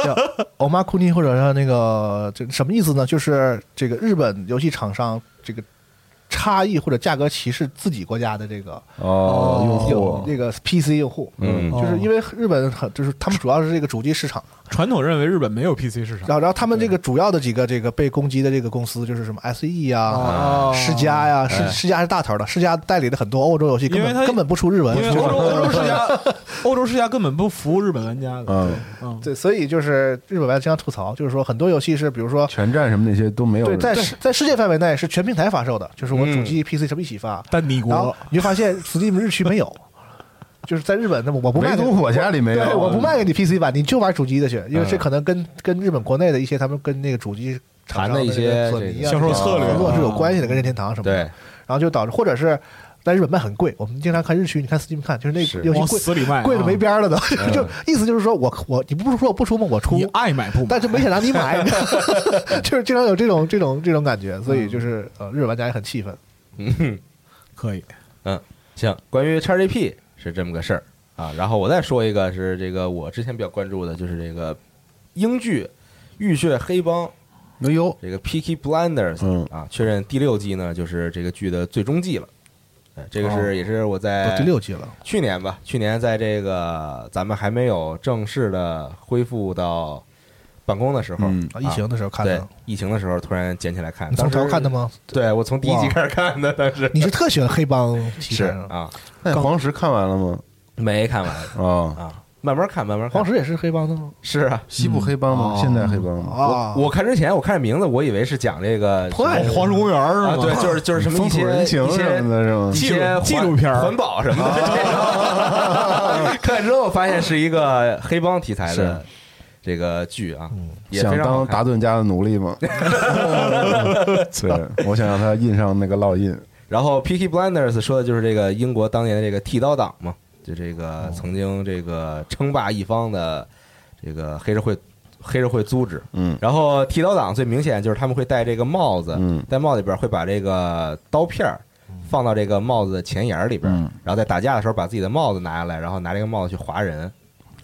D: 叫 omakuni 或者是那个这什么意思呢？就是这个日本游戏厂商这个差异或者价格歧视自己国家的这个
E: 哦用
D: 有
E: 户
D: 这个 PC 用户，
B: 嗯
D: 就是因
F: 为
D: 为日本很就是他们主要是这个主机市场，
F: 传统认为日本没有 PC 市
D: 然
F: 场，
D: 后然后他们这个主要的几个这个被攻击的这个公司就是什么 SE 啊。
F: 哦
D: 世嘉呀，世世嘉是大头的，世嘉代理的很多欧洲游戏根
F: 因为它
D: 本根本不出日文，
F: 因为欧洲欧洲世家，欧洲世家根本不服务日本玩家的，
E: 嗯
F: 对嗯，
D: 对，所以就是日本玩家经常吐槽，就是说很多游戏是比如说
E: 全站什么那些都没有
D: 对，
E: 人，
D: 在世在世界范围内是全平台发售的，就是我主机、PC 什么一起发。
F: 但你
D: 然
F: 嗯
D: 后
F: 国
D: 你就发现 Steam 日区没有，就是在日本，那么我不卖
E: 唯
D: 给
E: 独我家里没有
D: 对，
F: 嗯
D: 我不卖给你 PC 版，你就玩主机的去，因为这可能跟跟日本国内的一些他们跟那个主机厂
B: 谈
D: 商
B: 的一些
D: 索尼
B: 这
D: 啊
B: 个嗯
F: 销售策略
D: 合作是有
F: 啊
D: 关系的，跟任天堂什么的。
B: 对
D: 然后就导致或者是。在日本卖很贵，我们经常看日区，你看 Steam 看，就是那
B: 是嗯
D: 游戏
F: 往
D: 贵
F: 死里卖啊，
D: 贵的没边儿了都， 就意思就是说我我你不是说我不出吗？我出
F: 你，爱买不买？
D: 但是没想让 你买， 就是经常有这种这种这种感觉，所以就是呃，日本玩家也很气愤。
F: 可以，
B: 嗯，行，关于 XGP 是这么个事儿啊，然后我再说一个是这个我之前比较关注的，就是这个英剧《浴血黑帮》
E: 没有
B: 这个 Peaky Blinders，
E: 嗯
B: 啊，确认第六季呢就是这个剧的最终季了。哎，这个
D: 哦
B: 是也是我在
D: 都第六季了，
B: 去年吧，去年在这个咱们还没有正式的恢复到办公的时候，
E: 嗯
D: 啊，疫情的时候看
B: 对
D: 的，
B: 疫情的时候突然捡起来看，
D: 你从头
B: 当时
D: 看的？ 吗？
B: 对，我从第一集
D: 哇
B: 开始看的，当时
D: 你是特喜欢黑帮题
B: 是
D: 材啊？
B: 啊，
E: 那黄石看完了吗？
B: 没看完
E: 啊，
B: 啊，慢慢看，慢慢看。
D: 黄石也是黑帮的吗？
B: 是啊，
E: 西部黑帮
D: 嗯
E: 吗？现代黑帮吗？
D: 啊，
B: 我看之前我看名字，我以为是讲这个
D: 破案
B: 什么
F: 黄石公园是吗？
B: 啊，对，就是就是什么
E: 风
B: 一
E: 土
B: 些
E: 人情
B: 一些
E: 什么的，是吗
B: 一？些
F: 纪
B: 环
F: 录片儿
B: 环保什么的。看之后发现是一个黑帮题材的
E: 是
B: 这个剧啊，也
E: 想
B: 非常好
E: 当
B: 看
E: 达顿家的奴隶 吗？对，我想让他印上那个烙印。
B: 然后 Peaky Blinders 说的就是这个英国当年的这个剃刀党
E: 哦
B: 嘛，就这个曾经这个称霸一方的这个黑社会黑社会组织。
E: 嗯
B: 然后剃刀党最明显就是他们会戴这个帽子，
E: 嗯
B: 戴帽子里边会把这个刀片儿放到这个帽子的前沿儿里边，
E: 嗯
B: 然后在打架的时候把自己的帽子拿下来，然后拿这个帽子去划人。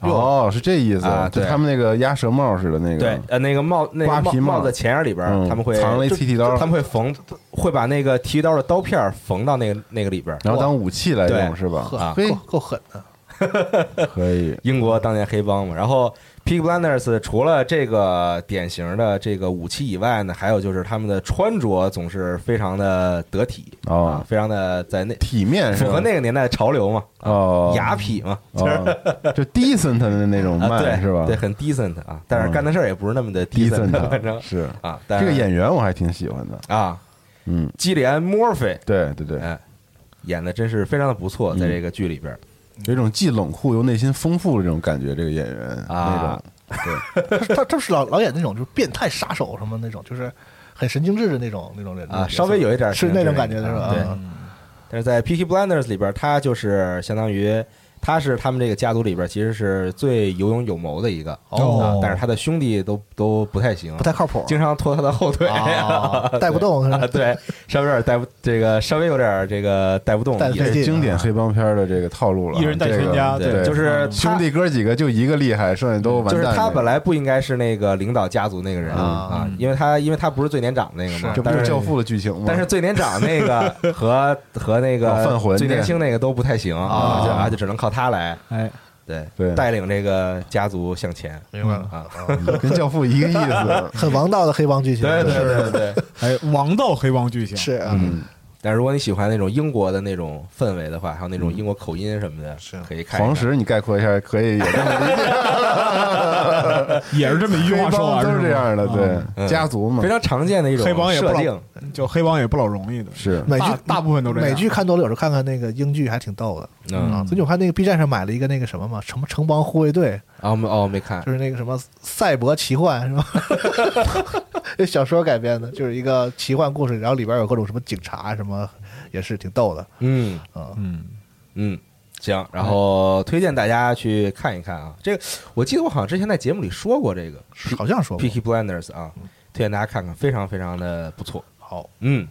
E: 哦，是这意思
B: 啊，
E: 就
B: 对
E: 他们那个鸭舌帽似的那个，
B: 对，呃，那个帽那
E: 瓜
B: 个帽
E: 皮帽
B: 帽子前沿儿里边，
E: 嗯
B: 他们会
E: 藏了一
B: 就
E: 剃刀
B: 就他们会缝，会把那个剃刀的刀片儿缝到那个那个里边。
E: 然后当武器来用
B: 对
E: 是吧？
B: 啊
D: 呵，够够狠的。
E: 可以，
B: 英国当年黑帮嘛。然后 Peak Blinders 除了这个典型的这个武器以外呢，还有就是他们的穿着总是非常的得体
E: 哦
B: 啊，非常的在那
E: 体面是
B: 符
E: 吧
B: 合那个年代的潮流嘛，
E: 哦
B: 雅痞嘛。
E: 哦， 就 decent 的那种
B: 啊，
E: 慢
B: 对，
E: 是吧？
B: 对，很 decent 啊，但是
E: 嗯
B: 干的事儿也不是那么的
E: decent
B: 反正
E: 的是
B: 啊，但
E: 这个
B: 是
E: 演员我还挺喜欢的，
B: 啊，
E: 嗯，
B: 基里安·墨菲，
E: 对对嗯对，
B: 哎，演的真是非常的不错，在这个剧里边儿
E: 有一种既冷酷又内心丰富的这种感觉，这个演员
B: 啊
E: 那种，
D: 他是他他是老老演那种就是变态杀手什么那种，就是很神经质的那种那种人
B: 啊，稍微有一点儿
D: 是那种感觉的是吧？
B: 对，
D: 嗯
B: 但是在 Peaky Blinders 里边，他就是相当于他是他们这个家族里边其实是最有勇有谋的一个，
C: 哦
B: 啊但是他的兄弟都都不太行，
D: 不太靠谱，
B: 经常拖他的后腿，
E: 哦
D: 啊带不动是吧
B: 啊对，稍微有点带不这个稍微有点这个带不动，
D: 带不
E: 对，
D: 对
E: 这
D: 劲
E: 经
B: 啊
E: 典黑帮片的这个套路了，
F: 一人带
E: 这个
F: 全家嗯
B: 对，
E: 对，
B: 就是他
E: 兄弟哥几个就一个厉害，剩下都完
B: 就
E: 蛋
B: 是
E: 那个。
B: 他本来不应该是那个领导家族那个人
D: 啊
B: 啊，因为他因为他不是最年长那个嘛
E: 这，不
B: 但
E: 就是
B: 是
E: 教父的剧情吗？
B: 但是最年长那个和和那
E: 老
B: 个
E: 犯浑
B: 最
E: 这
B: 年轻那个都不太行啊，就啊就只能靠他来，
F: 哎，
B: 对
E: 对
B: 带领这个家族向前
D: 明白了，，
B: 啊，
E: 跟教父一个意思
D: 很王道的黑帮剧情，
B: 嗯对对对
D: 是
B: 对对。
F: 哎，王道黑帮剧情
D: 是啊，
E: 嗯，
B: 但是如果你喜欢那种英国的那种氛围的话，还有那种英国口音什么的，
D: 是
B: 可以看一看
E: 黄石你概括一下，可以也这么理解。
F: 也是这么一句
E: 黑
F: 话说
E: 帮
F: 完，
E: 都是
F: 是
E: 这
F: 吗
E: 样的，
B: 嗯
E: 对，家族嘛
B: 非，常常见的一种
F: 黑帮也不
B: 设
F: 老
B: 定，
F: 就黑帮也不老容易的，
E: 是
D: 美剧
F: 大大部分都这样。
D: 美剧看多了，有时候看看那个英剧还挺逗的。
B: 嗯
D: 啊，最近我看那个 B 站上买了一个那个什么嘛，什么城邦护卫队，
B: 啊我们哦没看
D: 就是那个什么赛博奇幻是吧？ 这小说改编的，就是一个奇幻故事，然后里边有各种什么警察什么，也是挺逗的
B: 嗯。
D: 啊。
F: 嗯，
B: 嗯，行，然后推荐大家去看一看啊。这个我记得我好像之前在节目里说过这个
D: 好像说过
B: Peaky Blinders 啊，推荐大家看看，非常非常的不错。
D: 好，
B: 嗯，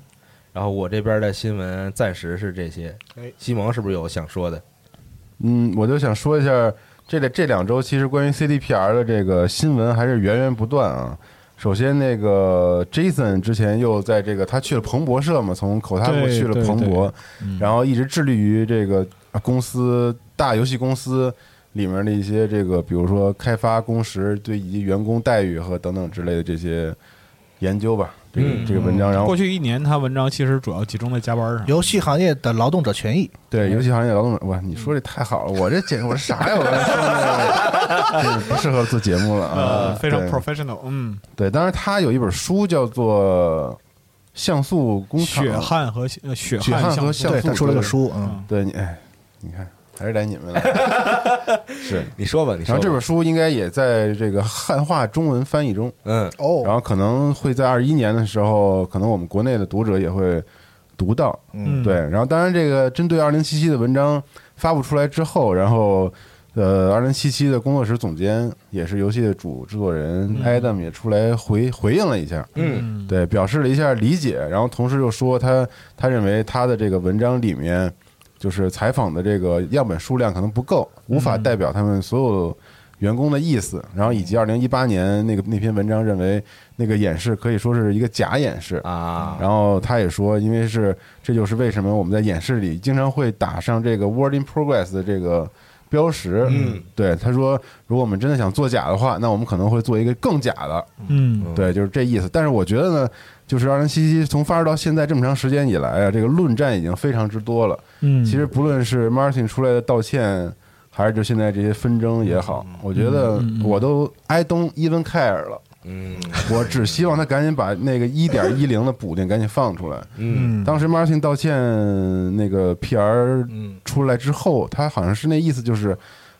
B: 然后我这边的新闻暂时是这些。西蒙是不是有想说的？
E: 嗯，我就想说一下，这两这两周其实关于 CDPR 的这个新闻还是源源不断啊。首先，那个 Jason 之前又在这个他去了彭博社嘛，从口塔姆
F: 对
E: 去了
F: 对
E: 彭
F: 对
E: 博，然后一直致力于这个啊公司大游戏公司里面的一些这个，比如说开发工时对以及员工待遇和等等之类的这些研究吧。这个
B: 嗯
E: 这个文章，然后
F: 过去一年他文章其实主要集中在加班上，
D: 游戏行业的劳动者权益，
E: 对，游戏行业劳动者，哇，你说这太好了，我这简直我这啥呀？我 这说这个这不适合做节目了啊
F: 呃，，非常
E: 对
F: professional，嗯，
E: 对，当然他有一本书叫做《像素工厂》，
F: 血汗和呃血
E: 血汗
F: 汗相向
E: 和像素，
D: 对他出了个书，嗯，
E: 对，你哎，你看还是来你们 了，是。
B: 你说吧，你说吧。
E: 然后这本书应该也在这个汉化中文翻译中，
B: 嗯
D: 哦
E: 然，后可能会在二一年的时候，可能我们国内的读者也会读到。
F: 嗯，
E: 对，然后当然这个针对二零七七的文章发布出来之后，然后呃，二零七七的工作室总监也是游戏的主制作人 Adam 也出来回回应了一下，
B: 嗯
E: 对，表示了一下理解，然后同时又说他他认为他的这个文章里面就是采访的这个样本数量可能不够，无法
B: 嗯
E: 代表他们所有员工的意思。然后以及二零一八年那个那篇文章认为那个演示可以说是一个假演示。
B: 啊，
E: 然后他也说，因为是这就是为什么我们在演示里经常会打上这个 “word in progress” 的这个标识。
B: 嗯，
E: 对，他说，如果我们真的想做假的话，那我们可能会做一个更假的。
F: 嗯，
E: 对，就是这意思。但是我觉得呢，就是二零七七从发售到现在这么长时间以来啊，这个论战已经非常之多了。
F: 嗯，
E: 其实不论是 Martin 出来的道歉，还是就现在这些纷争也好，
F: 嗯
E: 我觉得我都 I don't even care 了。
B: 嗯
E: 我只希望他赶紧把那个一点一零的补丁赶紧放出来。
B: 嗯
E: 当时 Martin 道歉那个 PR
D: 嗯
E: 出来之后，他好像是那意思就是。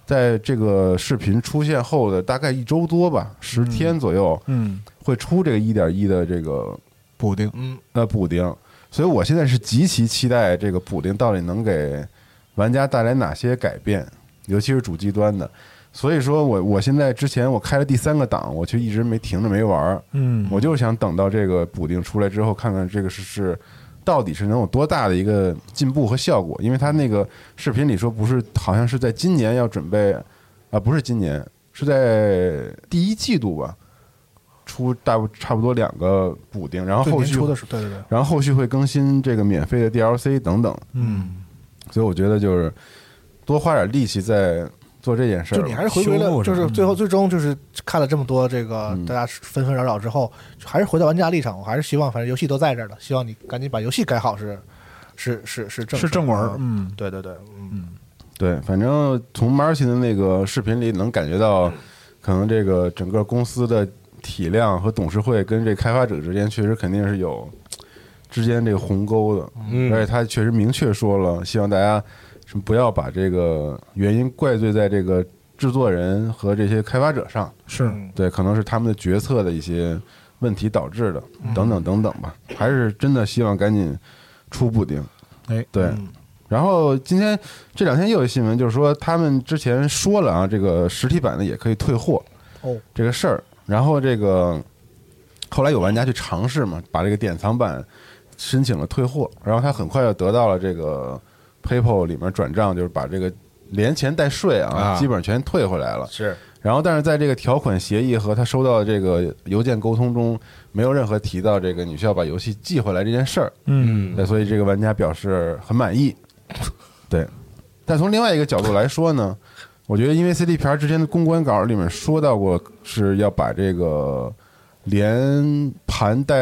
E: 在这个视频出现后的大概一周多吧，十天左右，
F: 嗯
E: 会出这个一点一的这个
F: 补丁，
D: 嗯，
E: 呃补丁，所以我现在是极其期待这个补丁到底能给玩家带来哪些改变，尤其是主机端的。所以说我我现在之前我开了第三个档，我却一直没停着没玩儿，
C: 嗯
E: 我就是想等到这个补丁出来之后，看看这个是是到底是能有多大的一个进步和效果。因为他那个视频里说，不是好像是在今年要准备啊、不是今年，是在第一季度吧，出大不差不多两个补丁，然后
D: 对
E: 后
D: 年
E: 续
D: 初的时候，对对对，
E: 然后后续会更新这个免费的 DLC 等等，
C: 嗯，
E: 所以我觉得就是多花点力气在做这件事儿
D: 就
E: 吧。
D: 你还是回归
C: 修
D: 了，
C: 复
D: 就
C: 上
D: 是最后最终就是看了这么多这个
E: 嗯
D: 大家纷纷扰扰之后，还是回到玩家立场，我还是希望反正游戏都在这儿了，希望你赶紧把游戏改好是是是是正
C: 是正文儿，
D: 嗯
C: 嗯，
D: 对对对，嗯，
E: 对，反正从 Marcy 的那个视频里能感觉到，可能这个整个公司的体量和董事会跟这开发者之间，确实肯定是有之间这个鸿沟的。
B: 嗯
E: 而且他确实明确说了，希望大家什么不要把这个原因怪罪在这个制作人和这些开发者上。
C: 是
D: 嗯
E: 对，可能是他们的决策的一些问题导致的，等等等等吧。还是真的希望赶紧出补丁。
C: 哎，
E: 对。然后今天这两天又有新闻，就是说他们之前说了啊，这个实体版的也可以退货
D: 哦
E: 这个事儿。然后这个后来有玩家去尝试嘛，把这个典藏版申请了退货，然后他很快就得到了这个 PayPal 里面转账，就是把这个连钱带税啊，
B: 啊
E: 基本上全退回来了。
B: 是
E: 然后，但是在这个条款协议和他收到的这个邮件沟通中，没有任何提到这个你需要把游戏寄回来这件事儿。
C: 嗯
E: 对，所以这个玩家表示很满意。对，但从另外一个角度来说呢，我觉得因为 CD 片儿之前的公关稿里面说到过是要把这个连盘带，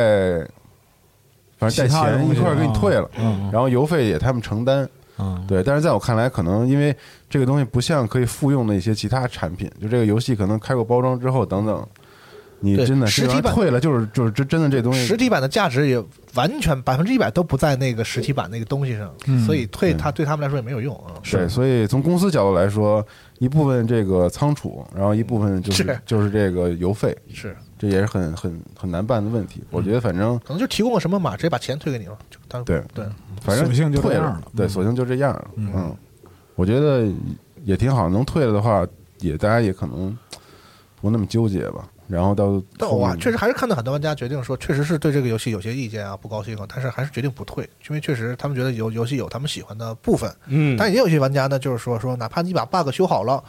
E: 反正带
C: 其他
E: 钱
C: 东
E: 一
C: 西
E: 块儿给你
C: 啊
E: 退了，
C: 嗯
E: 然后邮费也他们承担。
D: 哦
C: 嗯，
E: 对，但是在我看来，可能因为这个东西不像可以复用的一些其他产品，就这个游戏可能开过包装之后等等，你
D: 对
E: 真的
D: 实
E: 这玩意
D: 体
E: 儿
D: 版
E: 退了就是就是真真的这东西
D: 实体版的价值也完全百分之一百都不在那个实体版那个东西上，
C: 嗯
D: 所以退它对他们来说也没有用啊。
E: 对，所以从公司角度来说，一部分这个仓储，然后一部分就是
D: 是
E: 就是这个邮费，
D: 是，
E: 这也是很很很难办的问题。我觉得反正
D: 可能就提供个什么码，直接把钱退给你了，就当
E: 对
D: 对，
E: 反正
C: 索性就这
E: 退
C: 样
E: 了
C: 了
E: 对，
C: 嗯
E: 索性就这样了。
C: 嗯
E: 嗯，我觉得也挺好，能退了的话，也大家也可能不那么纠结吧。然后到
D: 但
E: 后
D: 我还
E: 面
D: 确实还是看到很多玩家决定说，确实是对这个游戏有些意见啊，不高兴啊，但是还是决定不退，因为确实他们觉得游游戏有他们喜欢的部分，
B: 嗯
D: 但也有一些玩家呢，就是说说哪怕你把 bug 修好了，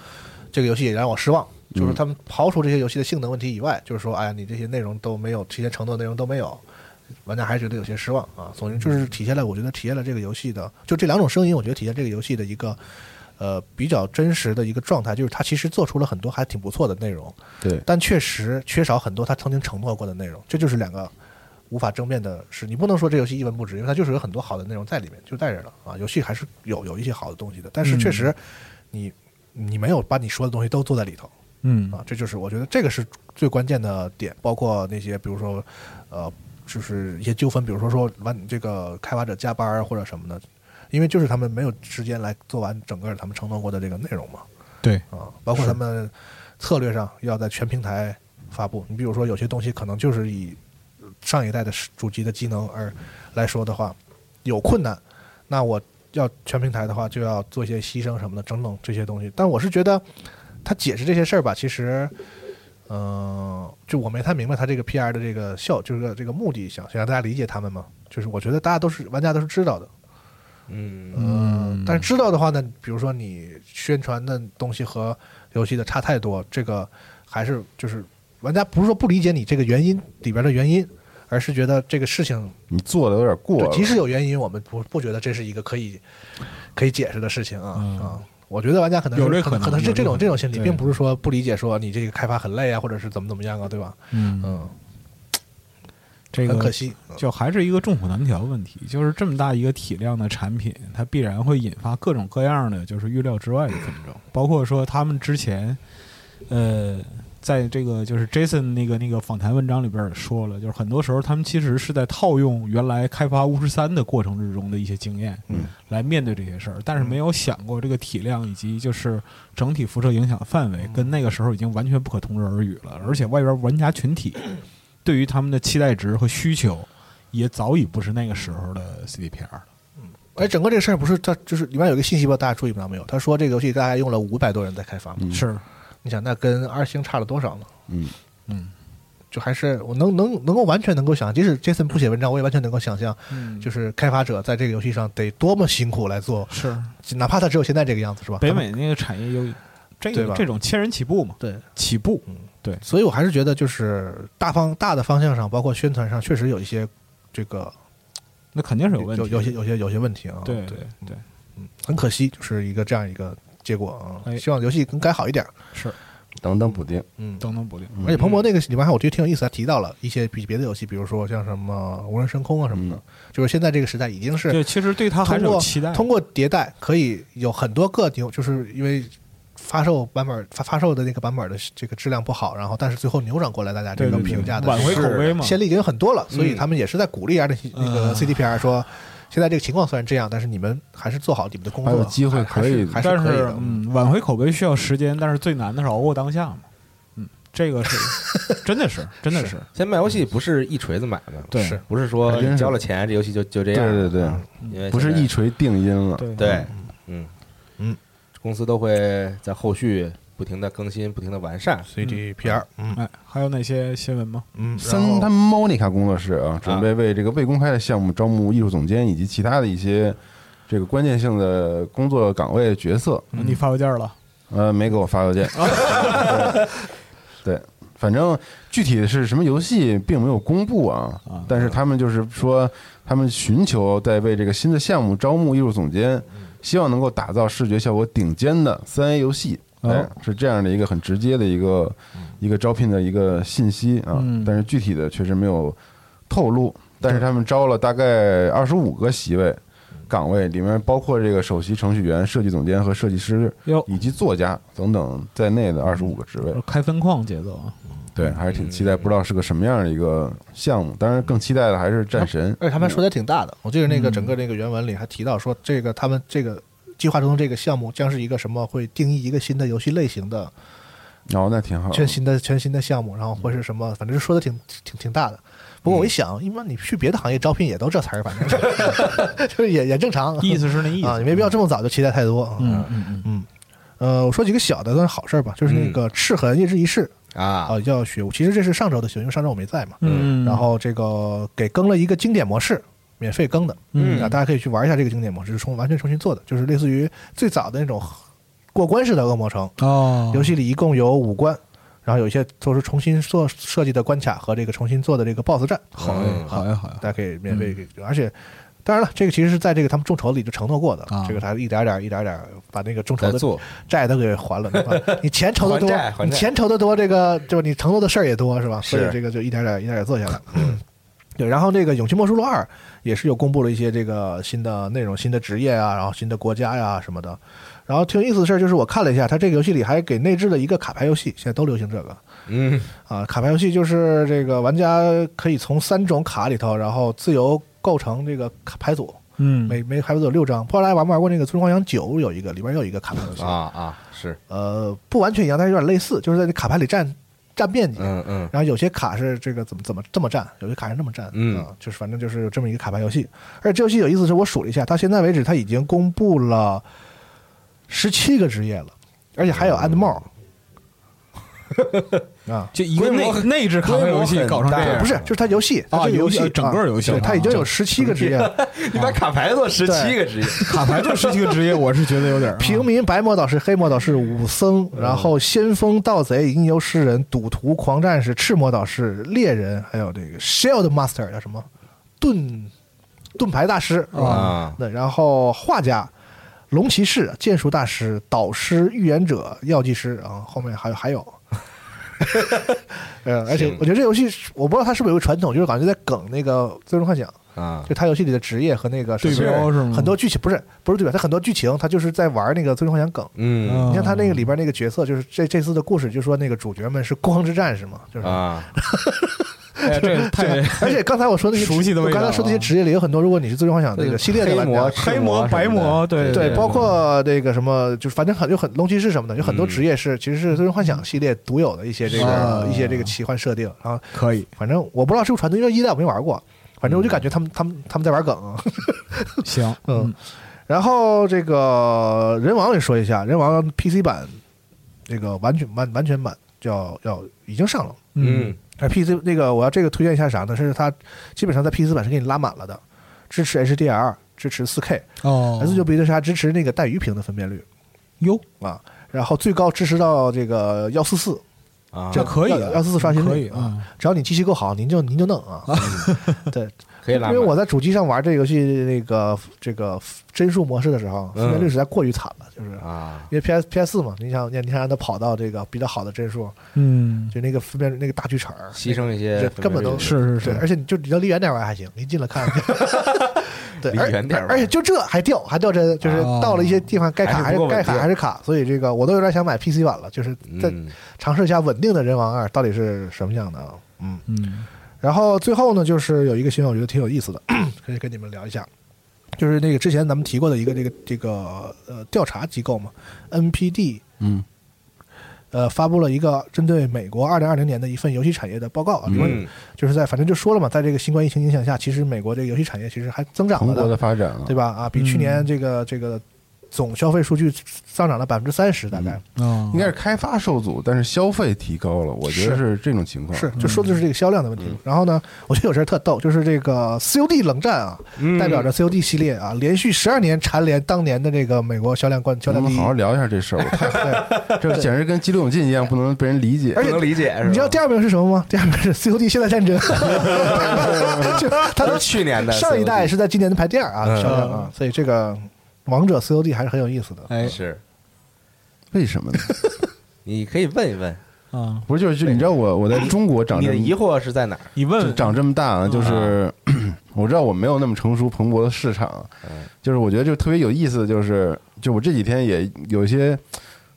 D: 这个游戏也让我失望。就是他们刨除这些游戏的性能问题以外，就是说，哎呀，你这些内容都没有，提前承诺的内容都没有，玩家还是觉得有些失望啊。总之就是体现了，我觉得体现了这个游戏的，就这两种声音，我觉得体现这个游戏的一个。呃，比较真实的一个状态，就是它其实做出了很多还挺不错的内容，
E: 对
D: 但确实缺少很多他曾经承诺过的内容，这就是两个无法争辩的事。你不能说这游戏一文不值，因为它就是有很多好的内容在里面，就在这儿了啊。游戏还是有有一些好的东西的，但是确实你、你没有把你说的东西都做在里头
C: 嗯
D: 啊，这就是我觉得这个是最关键的点。包括那些比如说呃，就是一些纠纷，比如说说完这个开发者加班儿或者什么的，因为就是他们没有时间来做完整个他们承诺过的这个内容嘛。
C: 对，
D: 啊，包括他们策略上要在全平台发布。你比如说，有些东西可能就是以上一代的主机的机能而来说的话，有困难，那我要全平台的话，就要做一些牺牲什么的，整整这些东西。但我是觉得他解释这些事儿吧，其实。嗯、就我没太明白他这个 PR 的这个效，就是这个目的，想想让大家理解他们嘛。就是我觉得大家都是玩家都是知道的，
B: 嗯
D: 嗯，但是知道的话呢，比如说你宣传的东西和游戏的差太多，这个还是就是玩家不是说不理解你这个原因里边的原因，而是觉得这个事情，
E: 你做的有点过
D: 就
E: 了，
D: 即使有原因，我们不不觉得这是一个可以可以解释的事情啊、啊。我觉得玩家可能
C: 嗯
D: 是
C: 有这
D: 可
C: 可能
D: 可能是
C: 有这
D: 这种
C: 可能
D: 这种心理，
C: 对
D: 并不是说不理解说你这个开发很累啊，或者是怎么怎么样啊，对吧？
C: 嗯，
D: 嗯，
C: 这个
D: 很可惜。
C: 就还是一个众口难调的问题，就是这么大一个体量的产品，它必然会引发各种各样的就是预料之外的纷争，包括说他们之前，呃，在这个就是 Jason 那个那个访谈文章里边也说了，就是很多时候他们其实是在套用原来开发巫师三的过程之中的一些经验，
E: 嗯，
C: 来面对这些事儿，但是没有想过这个体量以及就是整体辐射影响范围，跟那个时候已经完全不可同日而语了，而且外边玩家群体。对于他们的期待值和需求，也早已不是那个时候的 CDPR 了。
D: 而哎整个这个事儿不是它就是里面有一个信息吧，大家注意到没有？他说这个游戏大概用了五百多人在开发嘛，
E: 嗯
C: 是，
D: 你想那跟二星差了多少呢？
E: 嗯
C: 嗯，
D: 就还是我能能能够完全能够想，即使 Jason 不写文章，我也完全能够想象，
C: 嗯
D: 就是开发者在这个游戏上得多么辛苦来做，
C: 是
D: 哪怕他只有现在这个样子，是吧？
C: 北美那个产业有这
D: 对
C: 个
D: 吧
C: 这种千人起步嘛，
D: 对，
C: 起步
D: 所以我还是觉得就是大方大的方向上，包括宣传上，确实有一些这个
C: 那肯定是有
D: 有
C: 问题的，
D: 有些有些有些问题啊。
C: 对
D: 对，
C: 对，
D: 嗯，很可惜，就是一个这样一个结果啊。
C: 哎
D: 希望游戏能改好一点。
E: 等等补丁，
D: 嗯，
C: 等等不定，
D: 而且彭博那个里面还我觉得挺有意思，他提到了一些比别的游戏，比如说像什么无人升空啊什么
E: 嗯
D: 的，就是现在这个时代已经是
C: 对，其实对他还
D: 通
C: 是有
D: 过
C: 期待的，
D: 通过迭代可以有很多个牛，就是因为。发售版本发发售的那个版本的这个质量不好，然后但是最后扭转过来，大家这
C: 对
D: 个
C: 对对
D: 评价的
C: 挽回
D: 是
C: 口碑嘛，
D: 先例已经有很多了，
E: 嗯
D: 所以他们也是在鼓励啊，那些那个
C: 嗯
D: CDPR 说，现在这个情况虽然这样，但是你们还是做好你们的工作，
E: 还有机会
D: 还
E: 可以
D: 还是还
C: 但
D: 是可以的。
C: 嗯，挽回口碑需要时间，但是最难的是熬过当下嘛。嗯，这个 是真的是真的是，
B: 现在卖游戏不是一锤子买卖，
C: 对
D: 是
B: 不是说
E: 还真是
B: 你交了钱这游戏就就这
E: 对
B: 样，
E: 对对，
B: 因为
E: 不是
B: 现在
E: 一锤定音了，
C: 对
B: 对，嗯
D: 嗯，
B: 公司都会在后续不停的更新，不停的完善。
D: CDPR，嗯
C: 哎，还有哪些新闻吗？
D: 嗯，
E: 三
D: 然后
E: 他们 Monica 工作室啊，准备为这个未公开的项目招募艺术总监以及其他的一些这个关键性的工作岗位角色。
C: 你发邮件了？
E: 呃，没给我发邮件。 对，对反正具体是什么游戏并没有公布啊
C: 啊，
E: 但是他们就是说，他们寻求在为这个新的项目招募艺术总监，希望能够打造视觉效果顶尖的三 A 游戏。
C: 哦
E: 哎，是这样的一个很直接的一个一个招聘的一个信息啊
C: 嗯，
E: 但是具体的确实没有透露。但是他们招了大概二十五个席位
C: 嗯
E: 岗位，里面包括这个首席程序员、设计总监和设计师
C: 哟，
E: 以及作家等等在内的二十五个职位。
C: 开分矿节奏啊！
E: 对，还是挺期待，不知道是个什么样的一个项目。当然，更期待的还是战神。
D: 而且他们说的挺大的，我记得那个
C: 嗯
D: 整个那个原文里还提到说，这个他们这个计划中的这个项目将是一个什么会定义一个新的游戏类型的
E: 哦，那挺好。
D: 全新的全新的项目，然后或是什么，反正说的挺挺挺大的。不
C: 嗯
D: 过我一想，一般你去别的行业招聘也都这词儿，反正 就是也也正常，
C: 意思是那意
D: 啊，你
C: 思。
D: 没必要这么早就期待太多。啊
C: 嗯嗯嗯，
D: 呃，我说几个小的算是好事儿吧，就是那个《赤痕夜之仪式》
B: 啊
D: 啊，要学，其实这是上周的新闻，因为上周我没在嘛。
C: 嗯
D: 然后这个给更了一个经典模式，免费更的，
C: 嗯
D: 啊，大家可以去玩一下这个经典模式，是重完全重新做的，就是类似于最早的那种过关式的恶魔城，
C: 哦，
D: 游戏里一共有五关，然后有一些都是重新做设计的关卡和这个重新做的这个 BOSS 战，啊
C: 好呀，好呀，好嗯呀，
D: 大家可以免费给，而且。当然了，这个其实是在这个他们众筹里就承诺过的，
C: 啊
D: 这个他一点儿点儿一点儿点儿把那个众筹
B: 在
D: 的
B: 做，
D: 债都给还了，对吧？你钱筹的多
B: 还债，还
D: 你
B: 债
D: 钱筹的多，这个就是你承诺的事儿也多，是吧？所以
B: 是嗯
D: 这个就一点点一点点做下来。对，然后这个《勇气魔术录二》也是有公布了一些这个新的内容、新的职业啊，然后新的国家呀、什么的。然后挺有意思的事儿就是，我看了一下，它这个游戏里还给内置了一个卡牌游戏，现在都流行这个
B: 嗯，
D: 啊。卡牌游戏就是这个玩家可以从三种卡里头，然后自由构成这个卡牌组，
C: 嗯，
D: 每每个牌组有六张。不知道大家玩没玩过那个《最终幻想九》有一个，里边有一个卡牌游戏
B: 啊啊，是，
D: 呃，不完全一样，但是有点类似，就是在这卡牌里占占面积。
B: 嗯嗯
D: 然后有些卡是这个怎么怎么这么占，有些卡是那么占，
B: 嗯
D: 啊就是反正就是这么一个卡牌游戏。而且这游戏有意思是我数了一下，到现在为止它已经公布了十七个职业了，而且还有 and more、
B: 嗯
D: 啊，
C: 就一个内内置卡牌游戏搞成这样，
D: 不是，就是它游戏，它
B: 哦
C: 啊
D: 这个游戏
C: 游戏整个游戏
D: 啊对它已经
C: 啊
D: 有十七个职业了，
B: 你把卡牌做十
D: 对
B: 七个职 业，
C: 卡牌就十七个职 业，我是觉得有点
D: 平民、白魔导士、黑魔导士、武僧，
B: 嗯
D: 然后先锋、盗贼、吟游诗人、赌徒、狂战士、赤魔导士、猎人，还有这个 Shield Master 叫什么？盾盾牌大师是吧
B: 啊
D: 对，然后画家、龙骑士、剑术大师、导师、预言者、药剂师啊，后面还有还有。 呃，而且
B: 行
D: 我觉得这游戏是，我不知道它是不是有个传统，就是感觉在梗那个《最终幻想》，
B: 啊
D: 就它游戏里的职业和那个
C: 对
D: 什么
C: 标是吗？
D: 很多剧情不是不是对吧？它很多剧情，它就是在玩那个《最终幻想》梗。
B: 嗯
C: 嗯
D: 你像他那个里边那个角色，就是这这次的故事，就说那个主角们是光之战士嘛，就是。
B: 啊，
C: 哎，这太
D: 而且刚才我说那些
C: 熟悉的
D: 我
C: 味道啊
D: 刚才说那些职业里有很多，如果你是最终幻想那个系列的玩
B: 黑魔
D: 家，
C: 哦黑魔、啊白魔，对
D: 对，包括那个什么，就是反正很有很龙骑士什么的，有很多
B: 嗯
D: 职业是其实是最终幻想系列独有的一些这个
C: 啊
D: 一些这个奇幻设定。然后
C: 可以
D: 反正我不知道是不是传统，因为一代我没玩过，反正我就感觉他们他们他们在玩梗。
C: 行，
D: 嗯嗯，然后这个人王也说一下，人王 PC 版那个完全完完全版要要已经上了。
B: 嗯
D: 哎，PC 那个我要这个推荐一下啥呢？是它基本上在 PC 版是给你拉满了的，支持 HDR，支持 4K，
C: 哦
D: S 九 B 的是它支持那个带鱼屏的分辨率
C: 哟，
D: 啊，然后最高支持到这个幺四四，
B: 啊，
C: 这可以啊，
D: 幺四四刷新率
C: 可以
D: 啊
C: 啊，
D: 只要你机器够好，您就您就弄 啊。对，
B: 可以拉满
D: 因为我在主机上玩这个游戏那个这个帧数模式的时候，分辨率实在过于惨了，就是因
B: 嗯啊，
D: 为 PS PS 四嘛，你想你想让它跑到这个比较好的帧数，
C: 嗯，
D: 就那个分辨率那个大锯齿儿，
B: 牺牲一些
D: 这
B: 分辨
D: 根本
B: 率
D: 都
C: 是是
D: 对，
C: 是，
D: 而且你就你要离远点玩还行，离近了看。 对，
B: 离
D: 而
B: 远点玩
D: 而且就这还掉，还掉帧，就是
C: 哦
D: 到了一些地方该
B: 还
D: 卡还
B: 是
D: 是
B: 不够
D: 该
B: 稳
D: 卡
B: 定
D: 还是卡，所以这个我都有点想买 PC 版了，就是再
B: 嗯
D: 尝试一下稳定的《人王二》到底是什么样的啊。嗯，
C: 嗯
D: 然后最后呢，就是有一个新闻，我觉得挺有意思的， 可以跟你们聊一下，就是那个之前咱们提过的一个这个这个呃调查机构嘛，NPD
E: 嗯
D: 呃发布了一个针对美国二零二零年的一份游戏产业的报告啊，里面
B: 嗯
D: 就是在反正就说了嘛，在这个新冠疫情影响下，其实美国这个游戏产业其实还增长
E: 蓬
D: 了
E: 勃的
D: 的，
E: 发展啊
D: 对，吧？啊，比去年这个这个总消费数据上涨了百分之三十，大概
C: 啊，
E: 应该是开发受阻，但是消费提高了，我觉得是这种情况。
D: 是就说的就是这个销量的问题。然后呢，我觉得有事儿特逗，就是这个 COD 冷战啊，代表着 COD 系列啊，连续十二年蝉联当年的这个美国销量冠销
E: 咱
D: 量
E: 们
D: 第一
E: 好。好聊一下这事儿，我太
D: 对，
E: 这简直跟激流勇进一样，不能被人理解。
D: 而
B: 不
D: 且
B: 能理解，是吧
D: 你知道第二名是什么吗？第 二名是 COD 现代战争， 就它
B: 都是
D: 的
B: 去年的
D: 上一代
B: COD
D: 是在今年的排第二啊
B: 嗯
D: 销量啊，所以这个王者 COD 还是很有意思的。
C: 哎
B: 是，
E: 为什么呢？
B: 你可以问一问，
C: 啊，
E: 不是就是就你知道我我在中国长
B: 你
E: 这
B: 的
E: 么
B: 疑惑是在哪儿？
C: 你
E: 就
C: 问
E: 长这么大啊，就是、 我知道我没有那么成熟蓬勃的市场，
B: 嗯
E: 就是我觉得就特别有意思的就是，就我这几天也有一些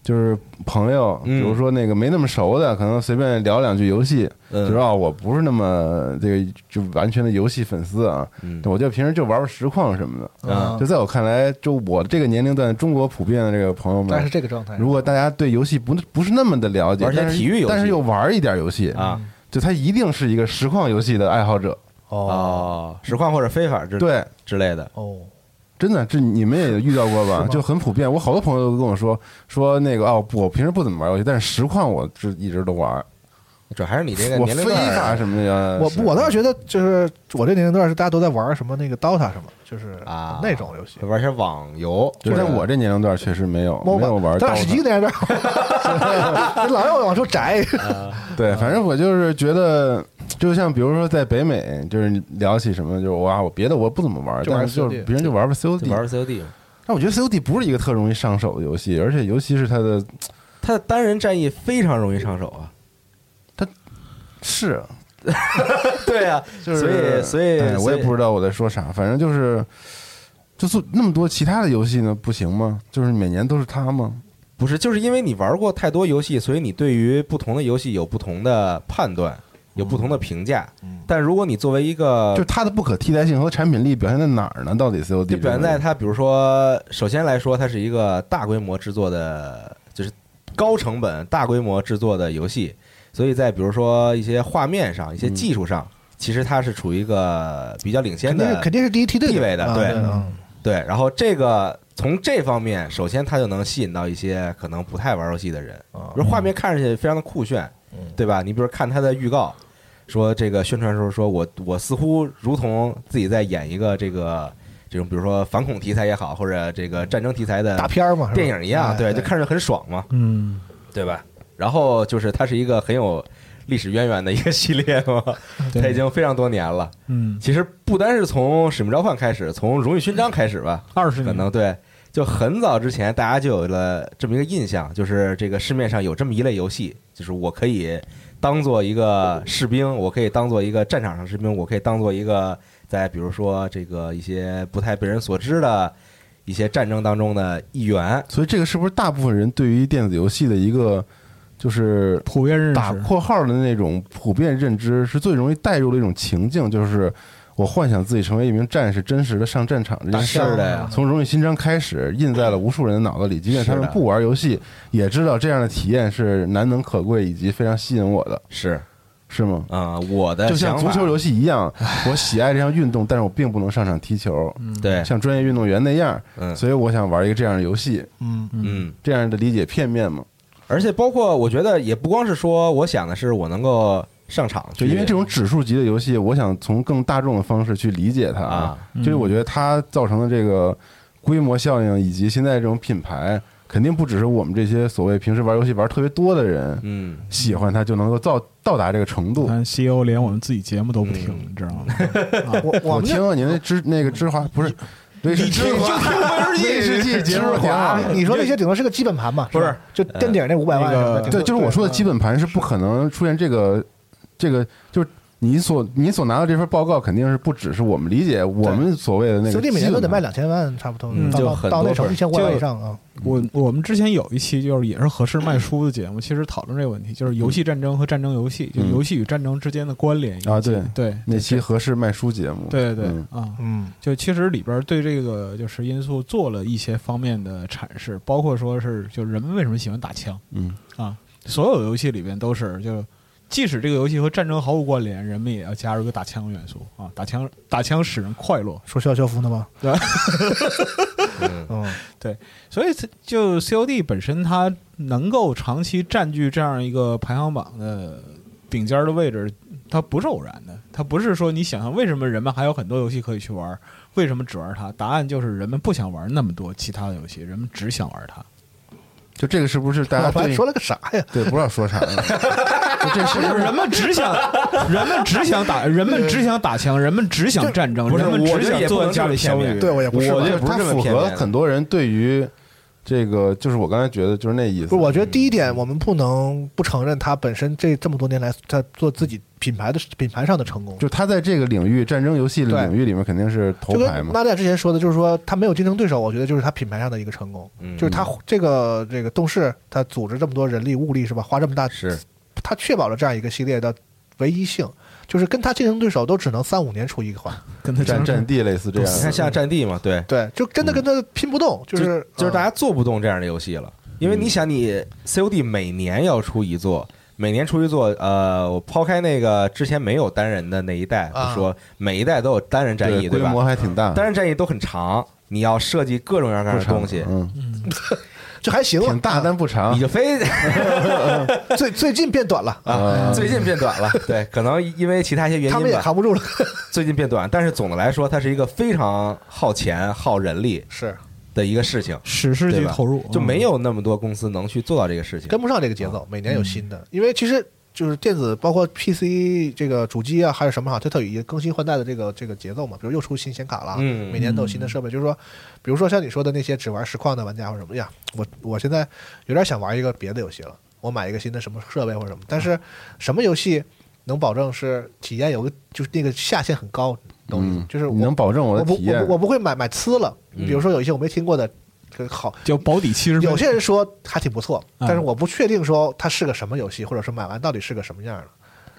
E: 就是朋友，比
B: 嗯
E: 如说那个没那么熟的，可能随便聊两句游戏，
B: 嗯
E: 就说啊我不是那么这个就完全的游戏粉丝啊，
B: 嗯
E: 我就平时就玩玩实况什么的。
B: 啊
E: 就在我看来，就我这个年龄段，中国普遍的这个朋友们，
D: 但是这个状
B: 哎
D: 态，
E: 如果大家对游戏不不是那么的了解，
B: 玩些
E: 但是
B: 体育游戏
E: 但是又玩一点游戏
B: 啊，
E: 就他一定是一个实况游戏的爱好者。
B: 哦，实况或者非法之
E: 对，
B: 之类的，
D: 哦，
E: 真的，这你们也遇到过吧
D: 吗？
E: 就很普遍。我好多朋友都跟我说说那个哦，不我平时不怎么玩游戏，但是实况我是一直都玩。
B: 主要还是你这个
E: 我
B: 年龄
E: 非
B: 段儿
E: 法什么的，
D: 我
E: 呃是
D: 我倒是觉得就是我这年龄段是大家都在玩什么那个 DOTA 什么，就是
B: 啊
D: 那种游戏。
B: 玩些网游，
E: 就
B: 或
E: 在
B: 者
E: 我这年龄段确实没有没有玩
D: 咱
E: DOTA。
D: 俩史机那样的，你老要往出摘。
E: 对，反正我就是觉得，就像比如说在北美，就是聊起什么，就是哇，我别的我不怎么玩，
D: 就玩
E: 但是就是
D: COD
E: 别人就玩玩
B: 就
E: COD，
B: 玩 COD，
E: 但我觉得 COD 不是一个特容易上手的游戏，而且尤其是它的
B: 他的单人战役非常容易上手啊。
E: 是，
B: 对啊，
E: 就是
B: 所以所以
E: 哎我
B: 所
E: 也
B: 以
E: 不知道我在说啥，反正就是就是那么多其他的游戏呢，不行吗？就是每年都是它吗？
B: 不是，就是因为你玩过太多游戏，所以你对于不同的游戏有不同的判断，有不同的评价。但如果你作为一个
E: 就它的不可替代性和产品力表现在哪儿呢？到底 COD
B: 就表现
E: 这
B: 在
E: 个
B: 它，比如说，首先来说，它是一个大规模制作的，就是高成本、大规模制作的游戏，所以在比如说一些画面上、
D: 嗯
B: 一些技术上，其实它是处于一个比较领先
D: 肯定是
B: 的
D: 肯定是第一梯队
B: 地位的
D: 啊
B: 对
D: 对啊
B: 对。然后这个从这方面，首先它就能吸引到一些可能不太玩游戏的人，比如画面看上去非常的酷炫，对吧？你比如看它的预告，说这个宣传时候说我我似乎如同自己在演一个这个这种比如说反恐题材也好，或者这个战争题材的
D: 大片儿嘛，是吧
B: 电影一样，
D: 哎
B: 对，
D: 对，
B: 就看着很爽嘛，
C: 嗯
B: 对吧？然后就是它是一个很有历史渊源的一个系列 嘛，它已经非常多年了。
C: 嗯
B: 其实不单是从《使命召唤》开始，从《荣誉勋章》开始吧，
C: 二十
B: 可
C: 年
B: 能对，就很早之前大家就有了这么一个印象，就是这个市面上有这么一类游戏，就是我可以当做一个士兵，我可以当做一个战场上士兵，我可以当做一个在比如说这个一些不太被人所知的一些战争当中的一员。
E: 所以这个是不是大部分人对于电子游戏的一个就是
C: 普遍认识
E: 打括号的那种普遍认知是最容易带入的一种情境，就是我幻想自己成为一名战士，真实的上战场这件事
B: 是
E: 儿。
B: 的呀，
E: 从《荣誉勋章》开始，印在了无数人的脑子里。即便他
B: 是
E: 们
B: 的
E: 不玩游戏，也知道这样的体验是难能可贵以及非常吸引我的，
B: 是
E: 是吗？
B: 啊、我的
E: 就像
B: 想法
E: 足球游戏一样，我喜爱这项运动，但是我并不能上场踢球，
B: 对，
E: 像专业运动员那样。
B: 嗯
E: 所以我想玩一个这样的游戏，
D: 嗯，
B: 嗯，
E: 这样的理解片面吗？
B: 而且包括我觉得也不光是说，我想的是我能够上场去，
E: 就因为这种指数级的游戏，我想从更大众的方式去理解它
B: 啊，
E: 就是我觉得它造成的这个规模效应，以及现在这种品牌，肯定不只是我们这些所谓平时玩游戏玩特别多的人
B: 嗯，
E: 喜欢它，就能够到到达这个程
C: 你
E: 度。
C: 看 CEO 连我们自己节目都不听，你知道吗？
D: 啊我我
E: 我
D: 们这
E: 听了您的知那个知华不是威士忌，威士忌节目啊挺好的。
D: 你说那些顶多是个基本盘嘛？不是吧，就垫底儿那五百万什么的。顶多
E: 呃
D: 嗯
E: 对，就是我说的基。本盘是不可能出现这个，这个就是你所你所拿到这份报告肯定是不只是我们理解我们所谓的那个
D: 嗯兄弟每
E: 基
D: 年都
E: 本
D: 得
E: 盘
D: 卖两千万，差不多
B: 嗯
D: 到
B: 就
D: 到
B: 很
D: 到
B: 多
D: 那时候
B: 份儿
D: 一千五百万
C: 就
D: 以上啊。
C: 我
E: 嗯
C: 我们之前有一期就是也是合适卖书的节目，其实讨论这个问题，就是游戏战争和战争游戏，就
E: 嗯
C: 游戏与战争之间的关联
E: 啊对
C: 对
E: 那期合适卖书节目，
C: 对对对
E: 嗯
C: 啊，
D: 嗯，
C: 就其实里边对这个就是因素做了一些方面的阐释，包括说是就人们为什么喜欢打枪
E: 嗯
C: 啊，所有游戏里边都是就。即使这个游戏和战争毫无关联，人们也要加入一个打枪元素啊！打枪打枪使人快乐，
D: 说肖肖夫呢吗？
C: 对吧？
D: 嗯，
C: 所以它就 COD 本身它能够长期占据这样一个排行榜的顶尖儿的位置，它不是偶然的，它不是说你想象为什么人们还有很多游戏可以去玩儿，为什么只玩它？答案就是人们不想玩那么多其他的游戏，人们只想玩 它。
E: 就这个是不是大家
D: 老
E: 对
D: 樊说了个啥呀？
E: 对不知道说啥了？就这是不是
C: 人们只想，人们只想打，人们只想打枪，人们只想战争，
B: 不是
C: 人们
B: 我
C: 只
B: 觉得
C: 想
B: 也不
C: 坐
B: 能
C: 在家
B: 这
C: 里消
B: 么片
C: 灭
B: 面。
D: 对 我也不是
B: 我
D: 吧
B: 觉
E: 就
B: 得
E: 是
B: 不
E: 它
B: 是这
E: 符
B: 么片
E: 合
B: 面的
E: 很多人对于这个，就是我刚才觉得就是那意思，
D: 不是，我觉得第一点，我们不能不承认他本身这这么多年来在做自己品牌的品牌上的成功。
E: 就他在这个领域战争游戏
D: 对
E: 领域里面肯定是头
D: 就
E: 牌
D: 跟
E: 嘛，
D: 娜姐之前说的，就是说他没有竞争对手，我觉得就是他品牌上的一个成功，
B: 嗯
D: 就是他这个这个动视，他组织这么多人力物力是吧？花这么大，
B: 是
D: 他确保了这样一个系列的唯一性，就是跟他竞争对手都只能三五年出一款，
C: 跟他
E: 战
C: 争
E: 战地类似这样
B: 你看
E: 的。
B: 像战地嘛，对，
D: 对，就真的跟他拼不动，就嗯
B: 就是就是大
D: 家
B: 家做不动这样的游戏了，因
E: 嗯
B: 为你想，你 COD 每年要出一座，每年出一座，呃，我抛开那个之前没有单人的那一代不
D: 啊
B: 说，每一代都有单人战役，
E: 规
B: 对吧
E: 模？还挺大，
B: 单人战役都很长，你要设计各种各样
E: 不
B: 的
E: 长
B: 东西，
E: 嗯，
D: 呃就还行
E: 挺
D: 了，
E: 大但不长
B: 你，就非
D: 最最近变短 了，
E: 啊
B: 最近变 短了，对，可能因为其他一些原
D: 他们
B: 因
D: 也
B: 吧，
D: 扛不住了，
B: 最近变短，但是总的来说，它是一个非常耗钱、耗人力
D: 是
B: 的一个事情，
E: 哦
C: 史诗级
B: 对吧
C: 投入，
B: 就没
C: 嗯
B: 有那么多公司能去做到这个事情。
D: 跟不上这个节
E: 嗯
D: 奏，每年有新的，因为其实。就是电子，包括 PC 这个主机啊，还有什么哈，它都有一个更新换代的这个这个节奏嘛。比如又出新显卡了，
B: 嗯
D: 每年都有新的设备。就是说，比如说像你说的那些只玩实况的玩家或者什么哎呀，我我现在有点想玩一个别的游戏了，我买一个新的什么设备或者什么，但是什么游戏能保证是体验有个就是那个下限很高，懂我意思吗
E: 嗯，
D: 就是我
E: 你能保证我
D: 我
E: 的
D: 不
E: 体验
D: 我不我不会买买呲了。
B: 嗯
D: 比如说有一些我没听过的，这个好，
C: 就保底七十分
D: 有些人说还挺不错，
C: 嗯
D: 但是我不确定说它是个什么游戏，或者说买完到底是个什么样的。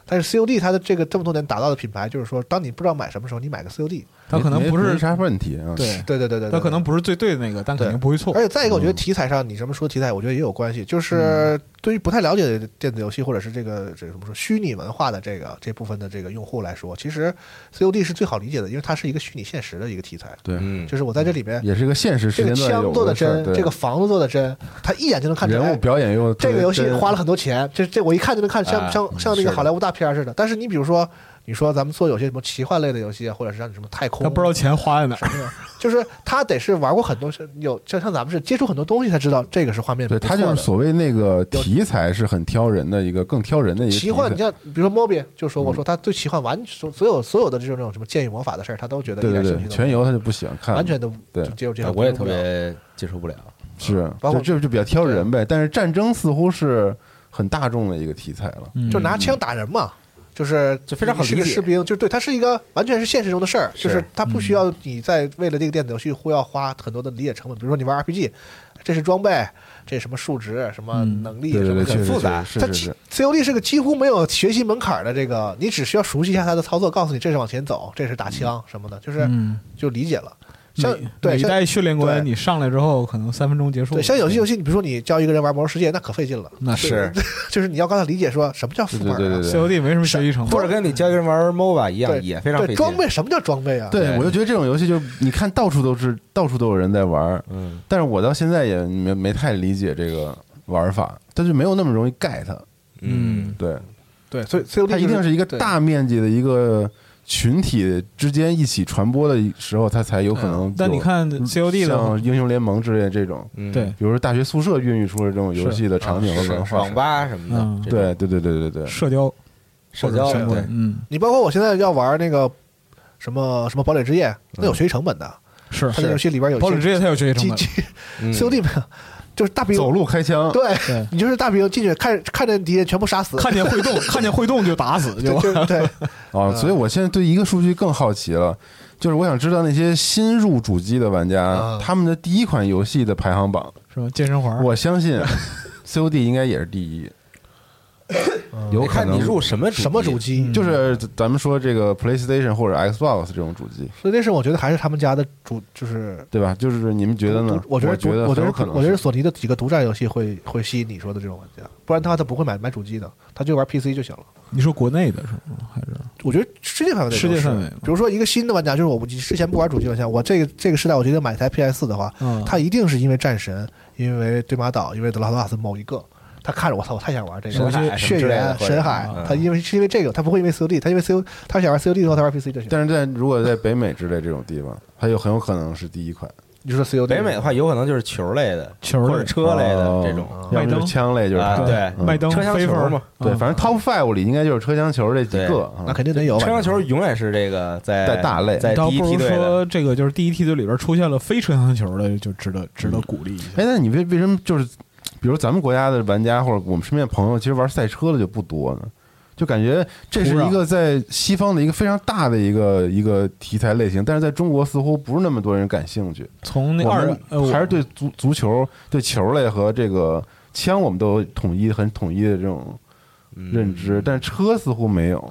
D: 但是 COD 它的这个这么多年打造的品牌，就是说，当你不知道买什么时候，你买个 COD，
C: 他可能
E: 没
C: 不
E: 没
C: 是
E: 啥问题啊。
C: 对，
D: 对对对对，
C: 他
D: 对
C: 可能不是最对的那个，但肯定不会错
D: 而。且再一个，我觉得题材上，你什么说题材，我觉得也有关系。就是对于不太了解电子游戏或者是这个这怎么说虚拟文化的这个这部分的这个用户来说，其实 COD 是最好理解的，因为它是一个虚拟现实的一个题材。
E: 对，
B: 嗯，
D: 就是我在这里面，
E: 也是个现实时
D: 这个
E: 间段
D: 枪
E: 有
D: 做的
E: 事儿
D: 真，
E: 对
D: 这个房子做的真，他一眼就能看出来。
E: 人物表演又特
D: 这个
E: 别
D: 游戏
E: 真啊
D: 花了很多钱，这这我一看就能看像
B: 哎
D: 像像那
B: 是
D: 个
B: 的
D: 好莱坞大片儿似的。但是你比如说，你说咱们做有些什么奇幻类的游戏啊，或者是让你什么太空，
C: 他不知道钱花在哪儿，
D: 什么的， 就是他得是玩过很多，有像像咱们是接触很多东西才知道这个是画面不
E: 对，
D: 错
E: 他
D: 的。
E: 就是所谓那个题材是很挑人的一个，更挑人的一个嗯题
D: 奇幻，
E: 材
D: 你像比如说 Moby 就说过说他对奇幻完所所有所有的这种什么剑与魔法的事儿，他都觉得
E: 对
D: 一
E: 对
D: 点
E: 对
D: 兴趣，都
E: 全
D: 没有，
E: 游他就不喜欢看，
D: 完全都
E: 对
D: 就接受接
B: 啊
D: 受。
B: 我也特别接受不了。
E: 是，
D: 嗯包括
E: 就就就比较挑人呗。但是战争似乎是很大众的一个题材了，
D: 就拿枪打人嘛，就是
B: 就非常好
D: 你是个
B: 理解
D: 士兵，就是对，它是一个完全是现实中的事儿，就是是它不
E: 嗯
D: 需要你在为了这个电子游戏会要花很多的理解成本，比如说你玩 RPG，这是装备，这是什么数值、什么能力，
E: 嗯对
D: 什
E: 对对，
D: 么的。
E: 确实
B: 复杂
E: 是
D: 它
E: 是是是，
D: COD 是个几乎没有学习门槛的这个，你只需要熟悉一下它的操作，告诉你这是往前走，这是打枪什么的，就是
C: 嗯，
D: 就理解了。像
C: 每
D: 对
C: 每一
D: 像
C: 代训练官，
D: 对
C: 你上来之后可能三分钟结束。
D: 对像有些游戏，你比如说你教一个人玩《魔兽世界》，那可费劲了，
C: 那
B: 是，
D: 就是你要刚才理解说什么叫副
E: 嗯对
D: 本
E: 对对
D: 啊，
E: 对对。
C: COD 没什么学习成
B: 或
C: 本
B: 者，跟你教一个人玩 MOBA 一样，
D: 对
B: 也非常费劲。
D: 对装备什么叫装备啊？
E: 对，我就觉得这种游戏就你看到处都是，到处都有人在玩儿，
B: 嗯，
E: 但是我到现在也没没太理解这个玩法，它就没有那么容易 get。
B: 嗯，
E: 对，
D: 对，所以 COD
E: 它一定
D: 就是
E: 一个
D: 对
E: 大面积的一个群体之间一起传播的时候，它才有可能有。嗯
C: 但你看 COD 的话
E: 像英雄联盟之类的这种，
B: 嗯
C: 对
E: 比如说大学宿舍孕育出了这种游戏的场景和文化。
B: 网吧什么
C: 嗯
B: 的，这种
E: 对对对对对对对，
C: 社交
B: 社交
D: 或者
B: 的
D: 是
B: 对，
C: 嗯
D: 你包括我现在要玩那个什么什么堡垒之夜，那有学习成本的，
C: 是
D: 它那游戏里边有
C: 堡垒之夜它有学习成
D: 机
C: 本，
D: 机
B: 嗯
D: COD 没有，就是大兵
E: 走路开枪，
D: 对
C: 对
D: 你就是大兵进去看看见敌人全部杀死，
C: 看见会动，看见会动就打死，
D: 对
C: 就
D: 就对，
E: 啊，所以我现在对一个数据更好奇了，就是我想知道那些新入主机的玩家
D: 啊，
E: 他们的第一款游戏的排行榜，
C: 什么健身环，
E: 我相信 COD 应该也是第一，有
B: 你
E: 可
B: 看你
E: 能
B: 入什么
D: 什么主
B: 机？
C: 嗯
D: 机？
E: 就是咱们说这个 PlayStation 或者 Xbox 这种主机，
D: 所以这是我觉得还是他们家的主，就是
E: 对吧？就是你们觉得呢
D: 独？我觉
E: 我
D: 得
E: 觉
D: 独我
E: 很
D: 觉
E: 有
D: 得
E: 可
D: 可
E: 能
D: 我觉得
E: 是
D: 索尼的几个独占游戏会会吸引你说的这种玩家，不然的话他不会买买主机的，他就玩 PC 就行了。
C: 你说国内的是吗？还是
D: 我觉得世界范围内都是
C: 世界范围
D: 比如说一个新的玩家，就是我不之前不玩主机玩家，我这个这个时代我决定买台 PS 的话，
C: 嗯，
D: 他一定是因为战神，因为对马岛，因为德拉多瓦斯某一个，他看着我操，我太想玩这个
B: 神
D: 了，
B: 海什么
D: 血
B: 之类的
D: 缘
B: 或者
D: 神海
B: 嗯，
D: 他因为是因为这个，他不会因为 COD，他因为 COD，他想玩 COD 的话，他玩 PC 就行。
E: 但是在如果在北美之类这种地方，它有很有可能是第一款，
D: 你说 COD
B: 北美的话，有可能就是球类的、
C: 球类
B: 或者车类的这种，
E: 哦要么
C: 麦
E: 就
C: 登
E: 是枪类就是它
B: 啊，对
E: 嗯
C: 麦登
B: 车厢
C: 飞
B: 球
C: 分
B: 嘛，
E: 对，
D: 嗯
E: 反正 Top Five 里应该就是车枪球这几
B: 对
E: 个啊
D: 那，肯定得有，
B: 车厢球永远是这个在
E: 在大类
B: 在
C: 倒
B: 第一
C: 不
B: 梯
C: 如
B: 哎队的。
C: 说这个就是第一梯队里边出现了非吹弹球的，就值得
B: 嗯
C: 值得鼓励一下。
E: 哎，那你为为什么就是，比如咱们国家的玩家或者我们身边的朋友，其实玩赛车的就不多呢？就感觉这是
C: 土壤
E: 一个在西方的一个非常大的一个一个题材类型，但是在中国似乎不是那么多人感兴趣。
C: 从那
E: 我
C: 二
E: 们
C: 呃我
E: 还是对足足球、对球类和这个枪，我们都有统一很统一的这种
B: 嗯
E: 认知，但是车似乎没有。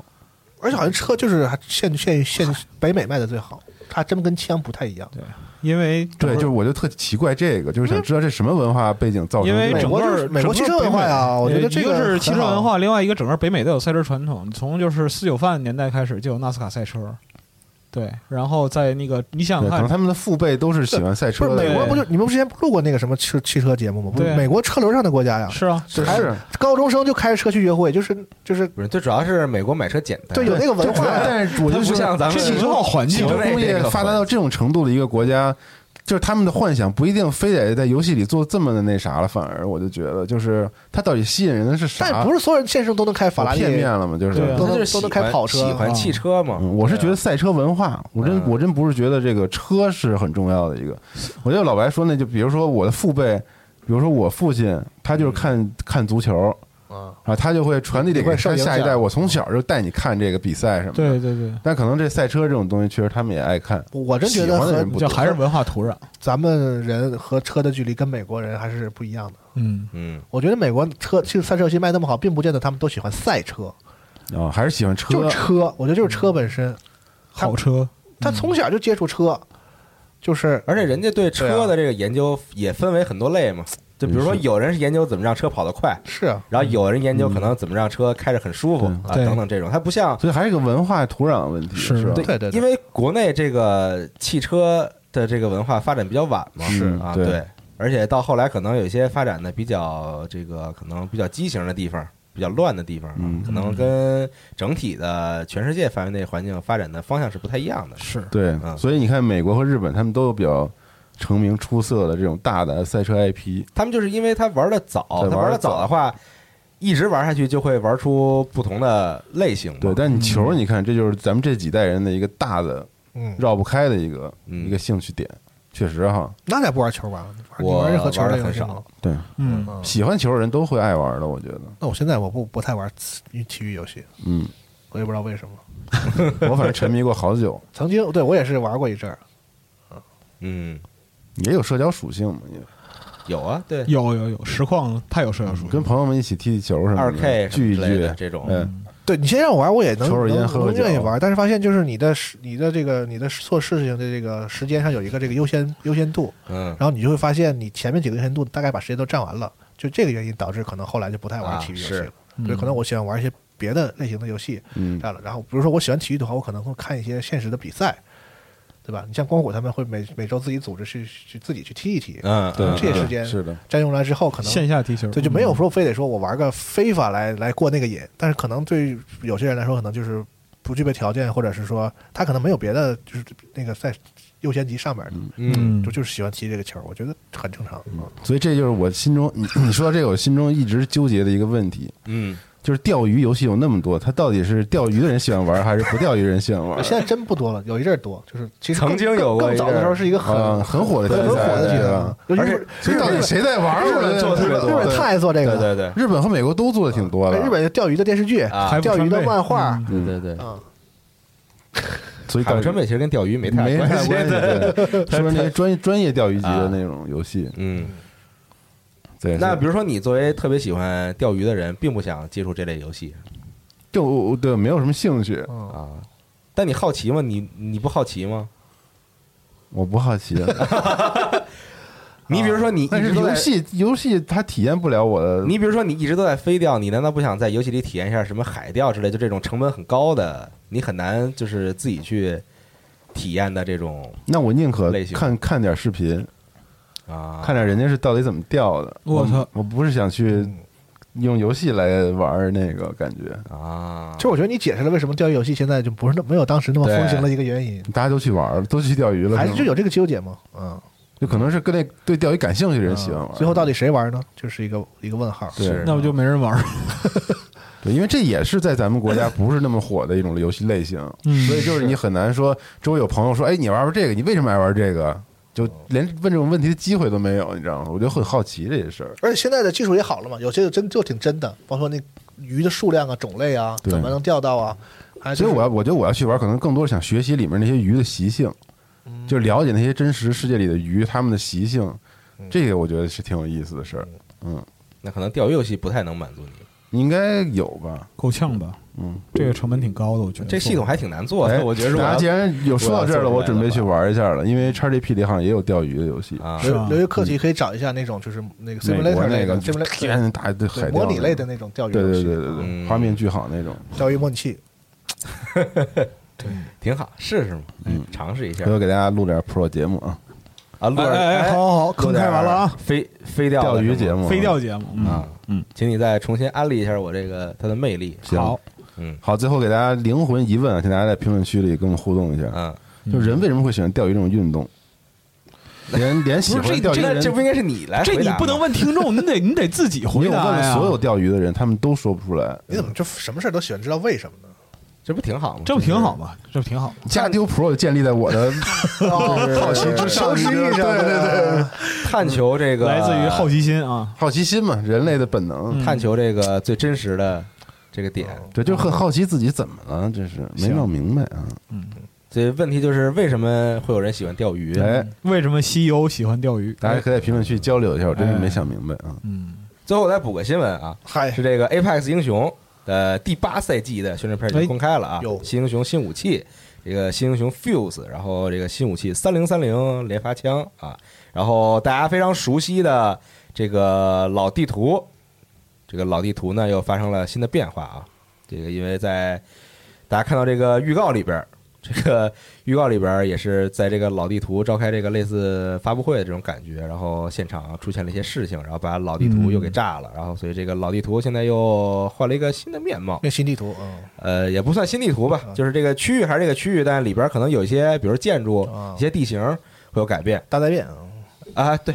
D: 而且好像车就是还现现现北美卖的最好，它真跟枪不太一样。
C: 因为整
E: 对，
C: 个
E: 就是我就特奇怪这个，就是想知道这什么文化背景造成
C: 因为
E: 这种
C: 整
D: 哦美国就
C: 个
D: 是美国
C: 整
D: 汽
C: 个
D: 车文化呀，我觉得这
C: 一个是汽车
D: 很好
C: 文，化，另外一个整个北美都有赛车传统，从就是四九饭年代开始就有纳斯卡赛车，对，然后在那个你想
E: 对可
C: 想
E: 能
C: 看，
E: 他们的父辈都是喜欢赛
D: 不
E: 车的
D: 是美
E: 人，
D: 国不就你们之前录过那个什么汽汽车节目吗？不是
C: 对
D: 美国车轮上的国家呀，
C: 是啊，
E: 是
D: 还
E: 是
D: 高中生就开着车去约会，就是就是
B: 不是，最主要是美国买车简单，
D: 对有那个文化呀。
E: 但是我
B: 它
E: 就
B: 不
E: 说
B: 像咱们
C: 这是文化环
E: 汽
C: 境
B: 汽
E: 车
B: 车类
E: 工业
B: 这个
E: 发达到这种程度的一个国家，就是他们的幻想不一定非得在游戏里做这么的那啥了，反而我就觉得，就是它到底吸引人的是啥？
D: 但不是所有人现实中都能开法拉利，
E: 片面了嘛，就是。
C: 对啊
D: 都
B: 他
D: 能
B: 就是喜
D: 都
B: 欢
D: 能开跑车
B: 喜欢汽车嘛。
E: 嗯，我是
D: 啊
E: 觉得赛车文化，我真
B: 嗯
E: 我真不是觉得这个车是很重要的一个。我觉得老白说那就比如说我的父辈，比如说我父亲，他就是看看足球，
D: 嗯啊，
E: 啊，他就会传递给
D: 会受
E: 他
D: 影
E: 下一代。
D: 响
E: 我从小就带你看这个比赛什么的。
C: 对对对，
E: 但可能这赛车这种东西，确实他们也爱看。
D: 我真觉
E: 喜
D: 得
E: 欢的
D: 和
E: 人不
C: 这
E: 多
C: 还是文化土壤，
D: 咱们人和车的距离跟美国人还是不一样的。
C: 嗯，
B: 嗯，
D: 我觉得美国车其实赛车游戏卖那么好，并不见得他们都喜欢赛车，
E: 啊、还是喜欢车，
D: 就是车，我觉得就是车本身。
C: 好车，
D: 他从小就接触车，就是
B: 而且人家对车的这个研究也分为很多类嘛，就比如说
E: 也是
B: 有人是研究怎么让车跑得快，
D: 是啊，
B: 然后有人研究可能怎么让车开着很舒服啊
C: 对
B: 等等这种，它不像
E: 所以还是个文化土壤问题，
C: 是
E: 吧？
D: 对对
B: 因
D: 对，
B: 为国内这个汽车的这个文化发展比较晚嘛，
E: 是
B: 啊，
E: 对
B: 对，而且到后来可能有一些发展的比较这个可能比较畸形的地方，比较乱的地方啊，
E: 嗯
B: 可能跟整体的全世界范围内环境发展的方向是不太一样的。
D: 啊
C: 是
E: 对，
B: 嗯
E: 所以你看美国和日本，他们都有比较成名出色的这种大的赛车 IP，
B: 他们就是因为他玩的早，
E: 对
B: 他玩
E: 玩得
B: 的
E: 早
B: 早的话，一直玩下去就会玩出不同的类型嘛。
E: 对。但你球，你看这就是咱们这几代人的一个大的
D: 嗯，
E: 绕不开的一个
B: 嗯
E: 一个兴趣点，确实哈，
D: 那咋不玩球玩了？你
B: 我
D: 玩任何球
B: 玩得
D: 类游
B: 很
D: 戏
B: 少
D: 吗？
E: 对，
C: 嗯，
D: 嗯
E: 喜欢球的人都会爱玩的，我觉得，
D: 那我现在我不不太玩体体育游戏，
E: 嗯，
D: 我也不知道为什么。
E: 我反正沉迷过好久，
D: 曾经对我也是玩过一阵儿，
B: 嗯，
E: 也有社交属性嘛，也
B: 有啊，对，
C: 有有有实况太有社交属性
E: 嗯跟，朋友们一起踢踢球什么的，
B: 二 K
E: 聚一
B: 之类的
E: 聚
B: 这种
E: 嗯，
D: 对你先让我玩，我也能
E: 抽会儿烟
D: 能
E: 喝喝
D: 能
E: 酒
D: 愿意玩，但是发现就是你的时你的这个你的做事情的这个时间上有一个这个优先优先度，
B: 嗯
D: 然，后你就会发现你前面几个优先度大概把时间都占完了，就这个原因导致可能后来就不太玩
B: 啊
D: 体育游戏
B: 是
D: 了。对，可能我喜欢玩一些别的类型的游戏，
E: 嗯
D: 占了。然后比如说我喜欢体育的话，我可能会看一些现实的比赛，对吧？你像光谷他们会每每周自己组织去去自己去踢一踢，
B: 嗯，
E: 啊对
D: 这些
E: 对
D: 时间
E: 是的，
D: 占用了之后，可能
C: 线下踢球，
D: 对，就没有说非得说我玩个非法来来过那个瘾，但是可能对有些人来说，可能就是不具备条件，或者是说他可能没有别的，就是那个在优先级上面的，
C: 嗯，
D: 就就是喜欢踢这个球，我觉得很正常。嗯
E: 所以这就是我心中你你说到这个，我心中一直纠结的一个问题，
B: 嗯，
E: 就是钓鱼游戏有那么多，它到底是钓鱼的人喜欢玩，还是不钓鱼的人喜欢玩？
D: 现在真不多了，有一阵儿多，就是其实更
B: 曾经有过
D: 更更
B: 一阵
D: 早
B: 儿
D: 的时候是一个
E: 啊
D: 很
E: 很火的
D: 对很
E: 题
D: 火
E: 材
D: 的题
E: 对
D: 材
E: 吧，
D: 尤其
B: 而且
D: 是
E: 所以到底谁在玩儿？
D: 日
E: 我觉
D: 本
E: 得
D: 做
E: 特
D: 日
E: 别
D: 本
E: 多
D: 日本
E: 对
D: 太爱做这个
B: 对
D: 了，
B: 对对
E: 日本和美国都做的挺多的，
D: 哎日本钓鱼的电视剧，
B: 啊
C: 还不
D: 钓鱼的
C: 穿背
D: 漫画，
B: 对对对，
D: 嗯，
E: 所以
B: 海
E: 到
B: 上
E: 底
B: 川美其实跟钓鱼没太大
E: 没
B: 关
E: 太
B: 系，
E: 关系， 对是不是那些专专业钓鱼级的
B: 啊
E: 那种游戏？
B: 嗯。
E: 对，
B: 那比如说你作为特别喜欢钓鱼的人，并不想接触这类游戏
E: 就我我对没有什么兴趣，
B: 啊，但你好奇吗？你你不好奇吗？
E: 我不好奇。
B: 你比如 说你一
E: 但
B: 直
E: 啊是
B: 都在
E: 游，戏游戏它体验不了我的，
B: 你比如说你一直都在飞钓，你难道不想在游戏里体验一下什么海钓之类，就这种成本很高的，你很难就是自己去体验的这种
E: 那我宁可
B: 类型
E: 看看点视频，
B: 啊？
E: 看点人家是到底怎么钓的。
C: 我操
E: 我不是想去用游戏来玩儿那个感觉，
B: 啊，
D: 其实我觉得你解释了为什么钓鱼游戏现在就不是那没有当时那么风行的
B: 对
D: 一个原因，
E: 大家都去玩儿，都去钓鱼了，
D: 还
E: 是
D: 是
E: 吗
D: 就有这个纠结嘛，嗯，
E: 就可能是跟那对钓鱼感兴趣的
B: 嗯
E: 人喜欢玩儿。
D: 最后到底谁玩呢？就是一个一个问号。
E: 对
C: 那不就没人玩儿？
E: 对，因为这也是在咱们国 家不是那么火的一种游戏类型，
C: 嗯
E: 所以就是你很难说周围有朋友说，哎，你玩玩这个，你为什么爱玩这个？
B: 哦
E: 就连问这种问题的机会都没有，你知道吗？我就很好奇这些事儿。
D: 而且现在的技术也好了嘛，有些就真就挺真的，包括那鱼的数量啊、种类啊，
E: 对
D: 怎么能钓到啊？还
E: 所以我
D: 要
E: 要，我觉得我要去玩，可能更多是想学习里面那些鱼的习性，
B: 嗯
E: 就了解那些真实世界里的鱼它们的习性，
B: 嗯
E: 这个我觉得是挺有意思的事儿。嗯，
B: 那可能钓鱼游戏不太能满足你，
E: 应该有吧？
C: 够呛吧？
E: 嗯，
C: 这个成本挺高的，我觉得
B: 这系统还挺难做
E: 哎
B: 的，我觉得如果
E: 大家既
B: 要
E: 然有说到这儿了，
B: 如果要做出来的话
E: 我准备去玩一下了，因为 XGP 里好像也有钓鱼的游戏，
B: 啊，
C: 是吧
D: 留一个课题，可以找一下那种就是那个
E: 美国
D: simulator
E: 那个
D: simulator
E: 天大对海
D: 对
E: 钓
D: 模拟
E: 那
D: 类的
E: 种
D: 那种钓鱼
E: 对
D: 游
E: 对
D: 戏，
E: 对嗯对对，
B: 嗯
E: 画面巨好那种。
D: 钓鱼模拟器。
B: 挺好，试试嘛，哎
E: 嗯
B: 尝试一下
E: 回头给大家录点 pro 节目啊，
B: 啊。录点
C: 哎哎，好好好，坑开完了啊，，
B: 飞飞钓
E: 钓
B: 的是
E: 鱼
B: 吗
E: 节目啊
C: 非钓节目，嗯
B: 啊，嗯，请你再重新安利一下我这个它的魅力。
E: 行
C: 好，
B: 嗯
E: 好，最后给大家灵魂疑问啊，请大家在评论区里跟我们互动一下，
B: 嗯，
E: 就人为什么会喜欢钓鱼这种运动？连连喜
C: 不是
E: 欢钓鱼的
B: 这
E: 人，
B: 这不应该是你来回答吗？
C: 这你不能问听众，你得你得自己
E: 因为
C: 回
E: 我问
C: 答
E: 了
C: 呀。
E: 所有钓鱼的人，他们都说不出来。
D: 你怎么就什么事儿都喜欢知道为什么呢？
B: 这不挺好吗？
C: 这不挺好吗？这不挺好吗？
E: 加丢 pro 建立在我的好奇之上，
D: 收视
E: 对
D: 欲上
E: 对对对，
D: 对，
B: 就是 探求这个，
C: 来自于好奇心啊，
E: 好奇心嘛，人类的本能。
B: 探求这个最真实的这个点。
E: 对，就很好奇自己怎么了，这是没
C: 行
E: 弄明白啊。
B: 所以问题就是为什么会有人喜欢钓鱼？
E: 哎，
C: 为什么西游喜欢钓鱼？
E: 大家可以在评论区交流一下，我真是
C: 哎
E: 没想明白啊。
B: 最后我再补个新闻啊，
D: 嗨
B: 是这个 Apex 英雄呃第八赛季的宣传片已
C: 哎
B: 经公开了啊，
D: 有
B: 新英雄新武器，这个新英雄 Fuse，然后这个新武器三零三零连发枪啊，然后大家非常熟悉的这个老地图，这个老地图呢又发生了新的变化啊，这个因为在大家看到这个预告里边儿。这个预告里边儿也是在这个老地图召开这个类似发布会的这种感觉，然后现场出现了一些事情，然后把老地图又给炸了，然后所以这个老地图现在又换了一个新的面貌，
D: 那新地图，嗯，
B: 呃，也不算新地图吧，就是这个区域还是这个区域，但里边可能有一些，比如建筑
D: 啊、
B: 一些地形会有改变
D: 大灾变啊，
B: 啊，对，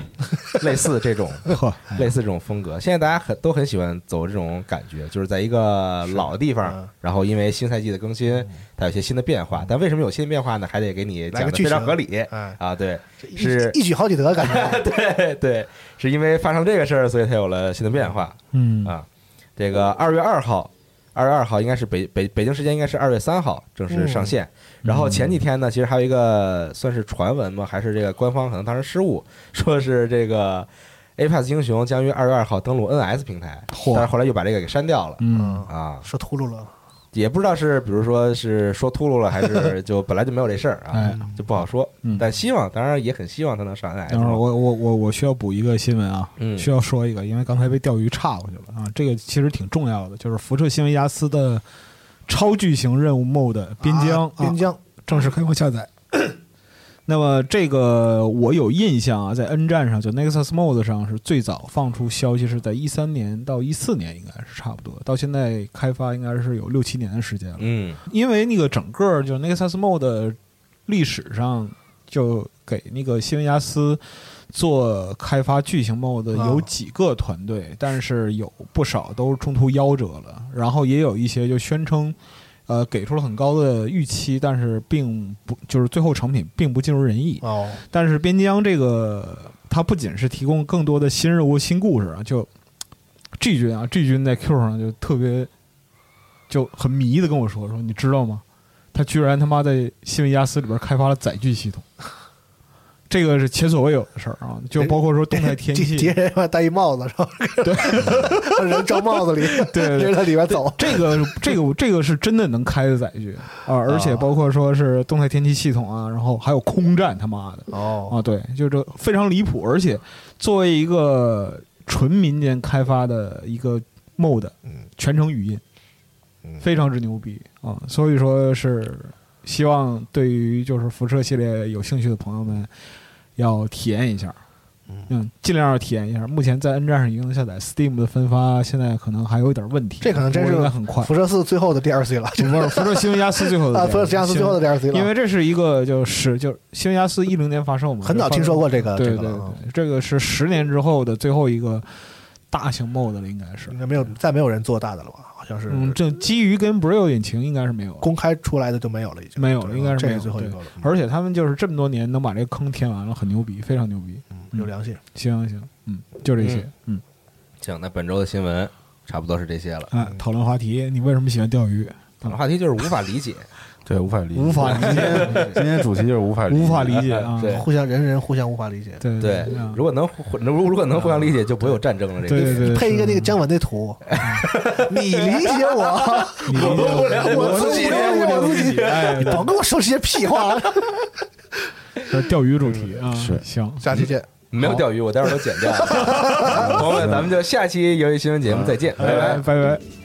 B: 类似这种
C: 呵，
B: 类似这种风格。现在大家很都很喜欢走这种感觉，就是在一个老的地
D: 嗯
B: 方，然后因为新赛季的更新，它有些新的变化。但为什么有新的变化呢？还得给你
D: 来
B: 讲
D: 个
B: 的
D: 剧
B: 非常
D: 情
B: 合理
D: 哎
B: 啊，对，
D: 一
B: 是
D: 一举好几得，感觉
B: 对对，是因为发生这个事儿，所以才有了新的变化。
C: 嗯
B: 啊，这个二月二号，二月二号应该是北北北京时间应该是二月三号正式上
C: 嗯
B: 线。然后前几天呢，其实还有一个算是传闻嘛，还是这个官方可能当时失误，说是这个 Apex 英雄将于二月二号登陆 NS 平台，
C: 嚯
B: 但是后来又把这个给删掉了。
C: 嗯，
B: 啊，
D: 说秃噜了，
B: 也不知道是比如说是说秃噜了，还 是就本来就没有这事儿啊
C: 哎，
B: 就不好说
C: 嗯。
B: 但希望，当然也很希望它能上 NS
C: 等会儿
B: 嘛。
C: 我我我我需要补一个新闻啊，
B: 嗯
C: 需要说一个，因为刚才被钓鱼岔过去了啊，这个其实挺重要的，就是辐射新维亚斯的超巨型任务 MOD 边疆
D: 啊边
C: 疆
D: 疆
C: 正式开放下载。 那么这个我有印象啊，在 N 站上，就 Nexus Mode 上是最早放出消息是在一三年到一四年，应该是差不多，到现在开发应该是有六七年的时间了。
B: 嗯
C: 因为那个整个就 Nexus Mode 历史上就给那个西文亚斯做开发巨型 Mode
D: 啊
C: 有几个团队，但是有不少都中途夭折了，然后也有一些就宣称。呃，给出了很高的预期，但是并不就是最后成品并不尽如人意。
D: 哦，
C: 但是边疆这个，它不仅是提供更多的新人物、新故事啊，就 G 军啊，G 军在 Q 上就特别就很迷的跟我说说，你知道吗？他居然他妈在新维加斯里边开发了载具系统，这个是前所未有的事儿啊！就包括说动态天气，
D: 敌人戴一帽子，然后对 人罩帽子里，
C: 对对
D: 人在里边走，
C: 这个这个这个是真的能开的载具啊，而且包括说是动态天气系统啊，然后还有空战，他妈的。
D: 哦，
C: 啊，对，就是这非常离谱，而且作为一个纯民间开发的一个 mod，
D: 嗯
C: 全程语音，非常之牛逼啊！所以说是希望对于就是辐射系列有兴趣的朋友们，要体验一下，嗯，尽量要体验一下。目前在 N 站上已经能下载，Steam 的分发现在可能还有一点问题，
D: 这可能真
C: 不过
D: 是
C: 应该很快。
D: 辐射四最后的 DLC 了，
C: 不是辐射新闻压斯最后的
D: 啊，辐射加斯最后的 DLC 了，
C: 因为这是一个就是就是新闻压斯一零年发售嘛，
D: 很早
C: 就发
D: 听说过这个，
C: 对
D: 这
C: 对
D: 个
C: 对
D: 了啊，
C: 这个是十年之后的最后一个大型 mod 了，应该是
D: 应。该没有再没有人做大的了吧？好像是
C: 嗯，这基于跟 Braille 引擎应该是没有了，
D: 公开出来的就没有了，已经
C: 没有了
D: 对
C: 应该是
D: 这
C: 没有
D: 最后一
C: 对
D: 个了，嗯
C: 而且他们就是这么多年能把这个坑填完了，很牛逼，非常牛逼。
D: 嗯有良心。
C: 行行，嗯，就这些，嗯，
B: 行，那本周的新闻差不多是这些了。
C: 哎，讨论话题，你为什么喜欢钓鱼？
B: 讨论话题就是无法理解，
E: 对，无法理解，
C: 嗯无法理 解，
E: 今天主题就是无法理解
C: 无法理解啊！
B: 对
D: 互相人人互相无法理解。
C: 对
B: 对
C: 啊，
B: 如果能互如如果能互相理解，就不会有战争了。这
C: 对
B: 个
C: 对对，
D: 配一个那
C: 是
D: 个姜文 的图，你理解我，
C: 你理解我
D: 我
C: 自
D: 自
C: 己
D: 己理解我自己，
C: 哎
D: 你，甭跟我说这些屁话。
C: 这钓鱼主题啊，
E: 是
C: 行，
D: 下期见。
B: 没有钓鱼，我待会儿都剪掉。朋友们，咱们就下期游戏新闻节目再见，拜拜
C: 拜。拜。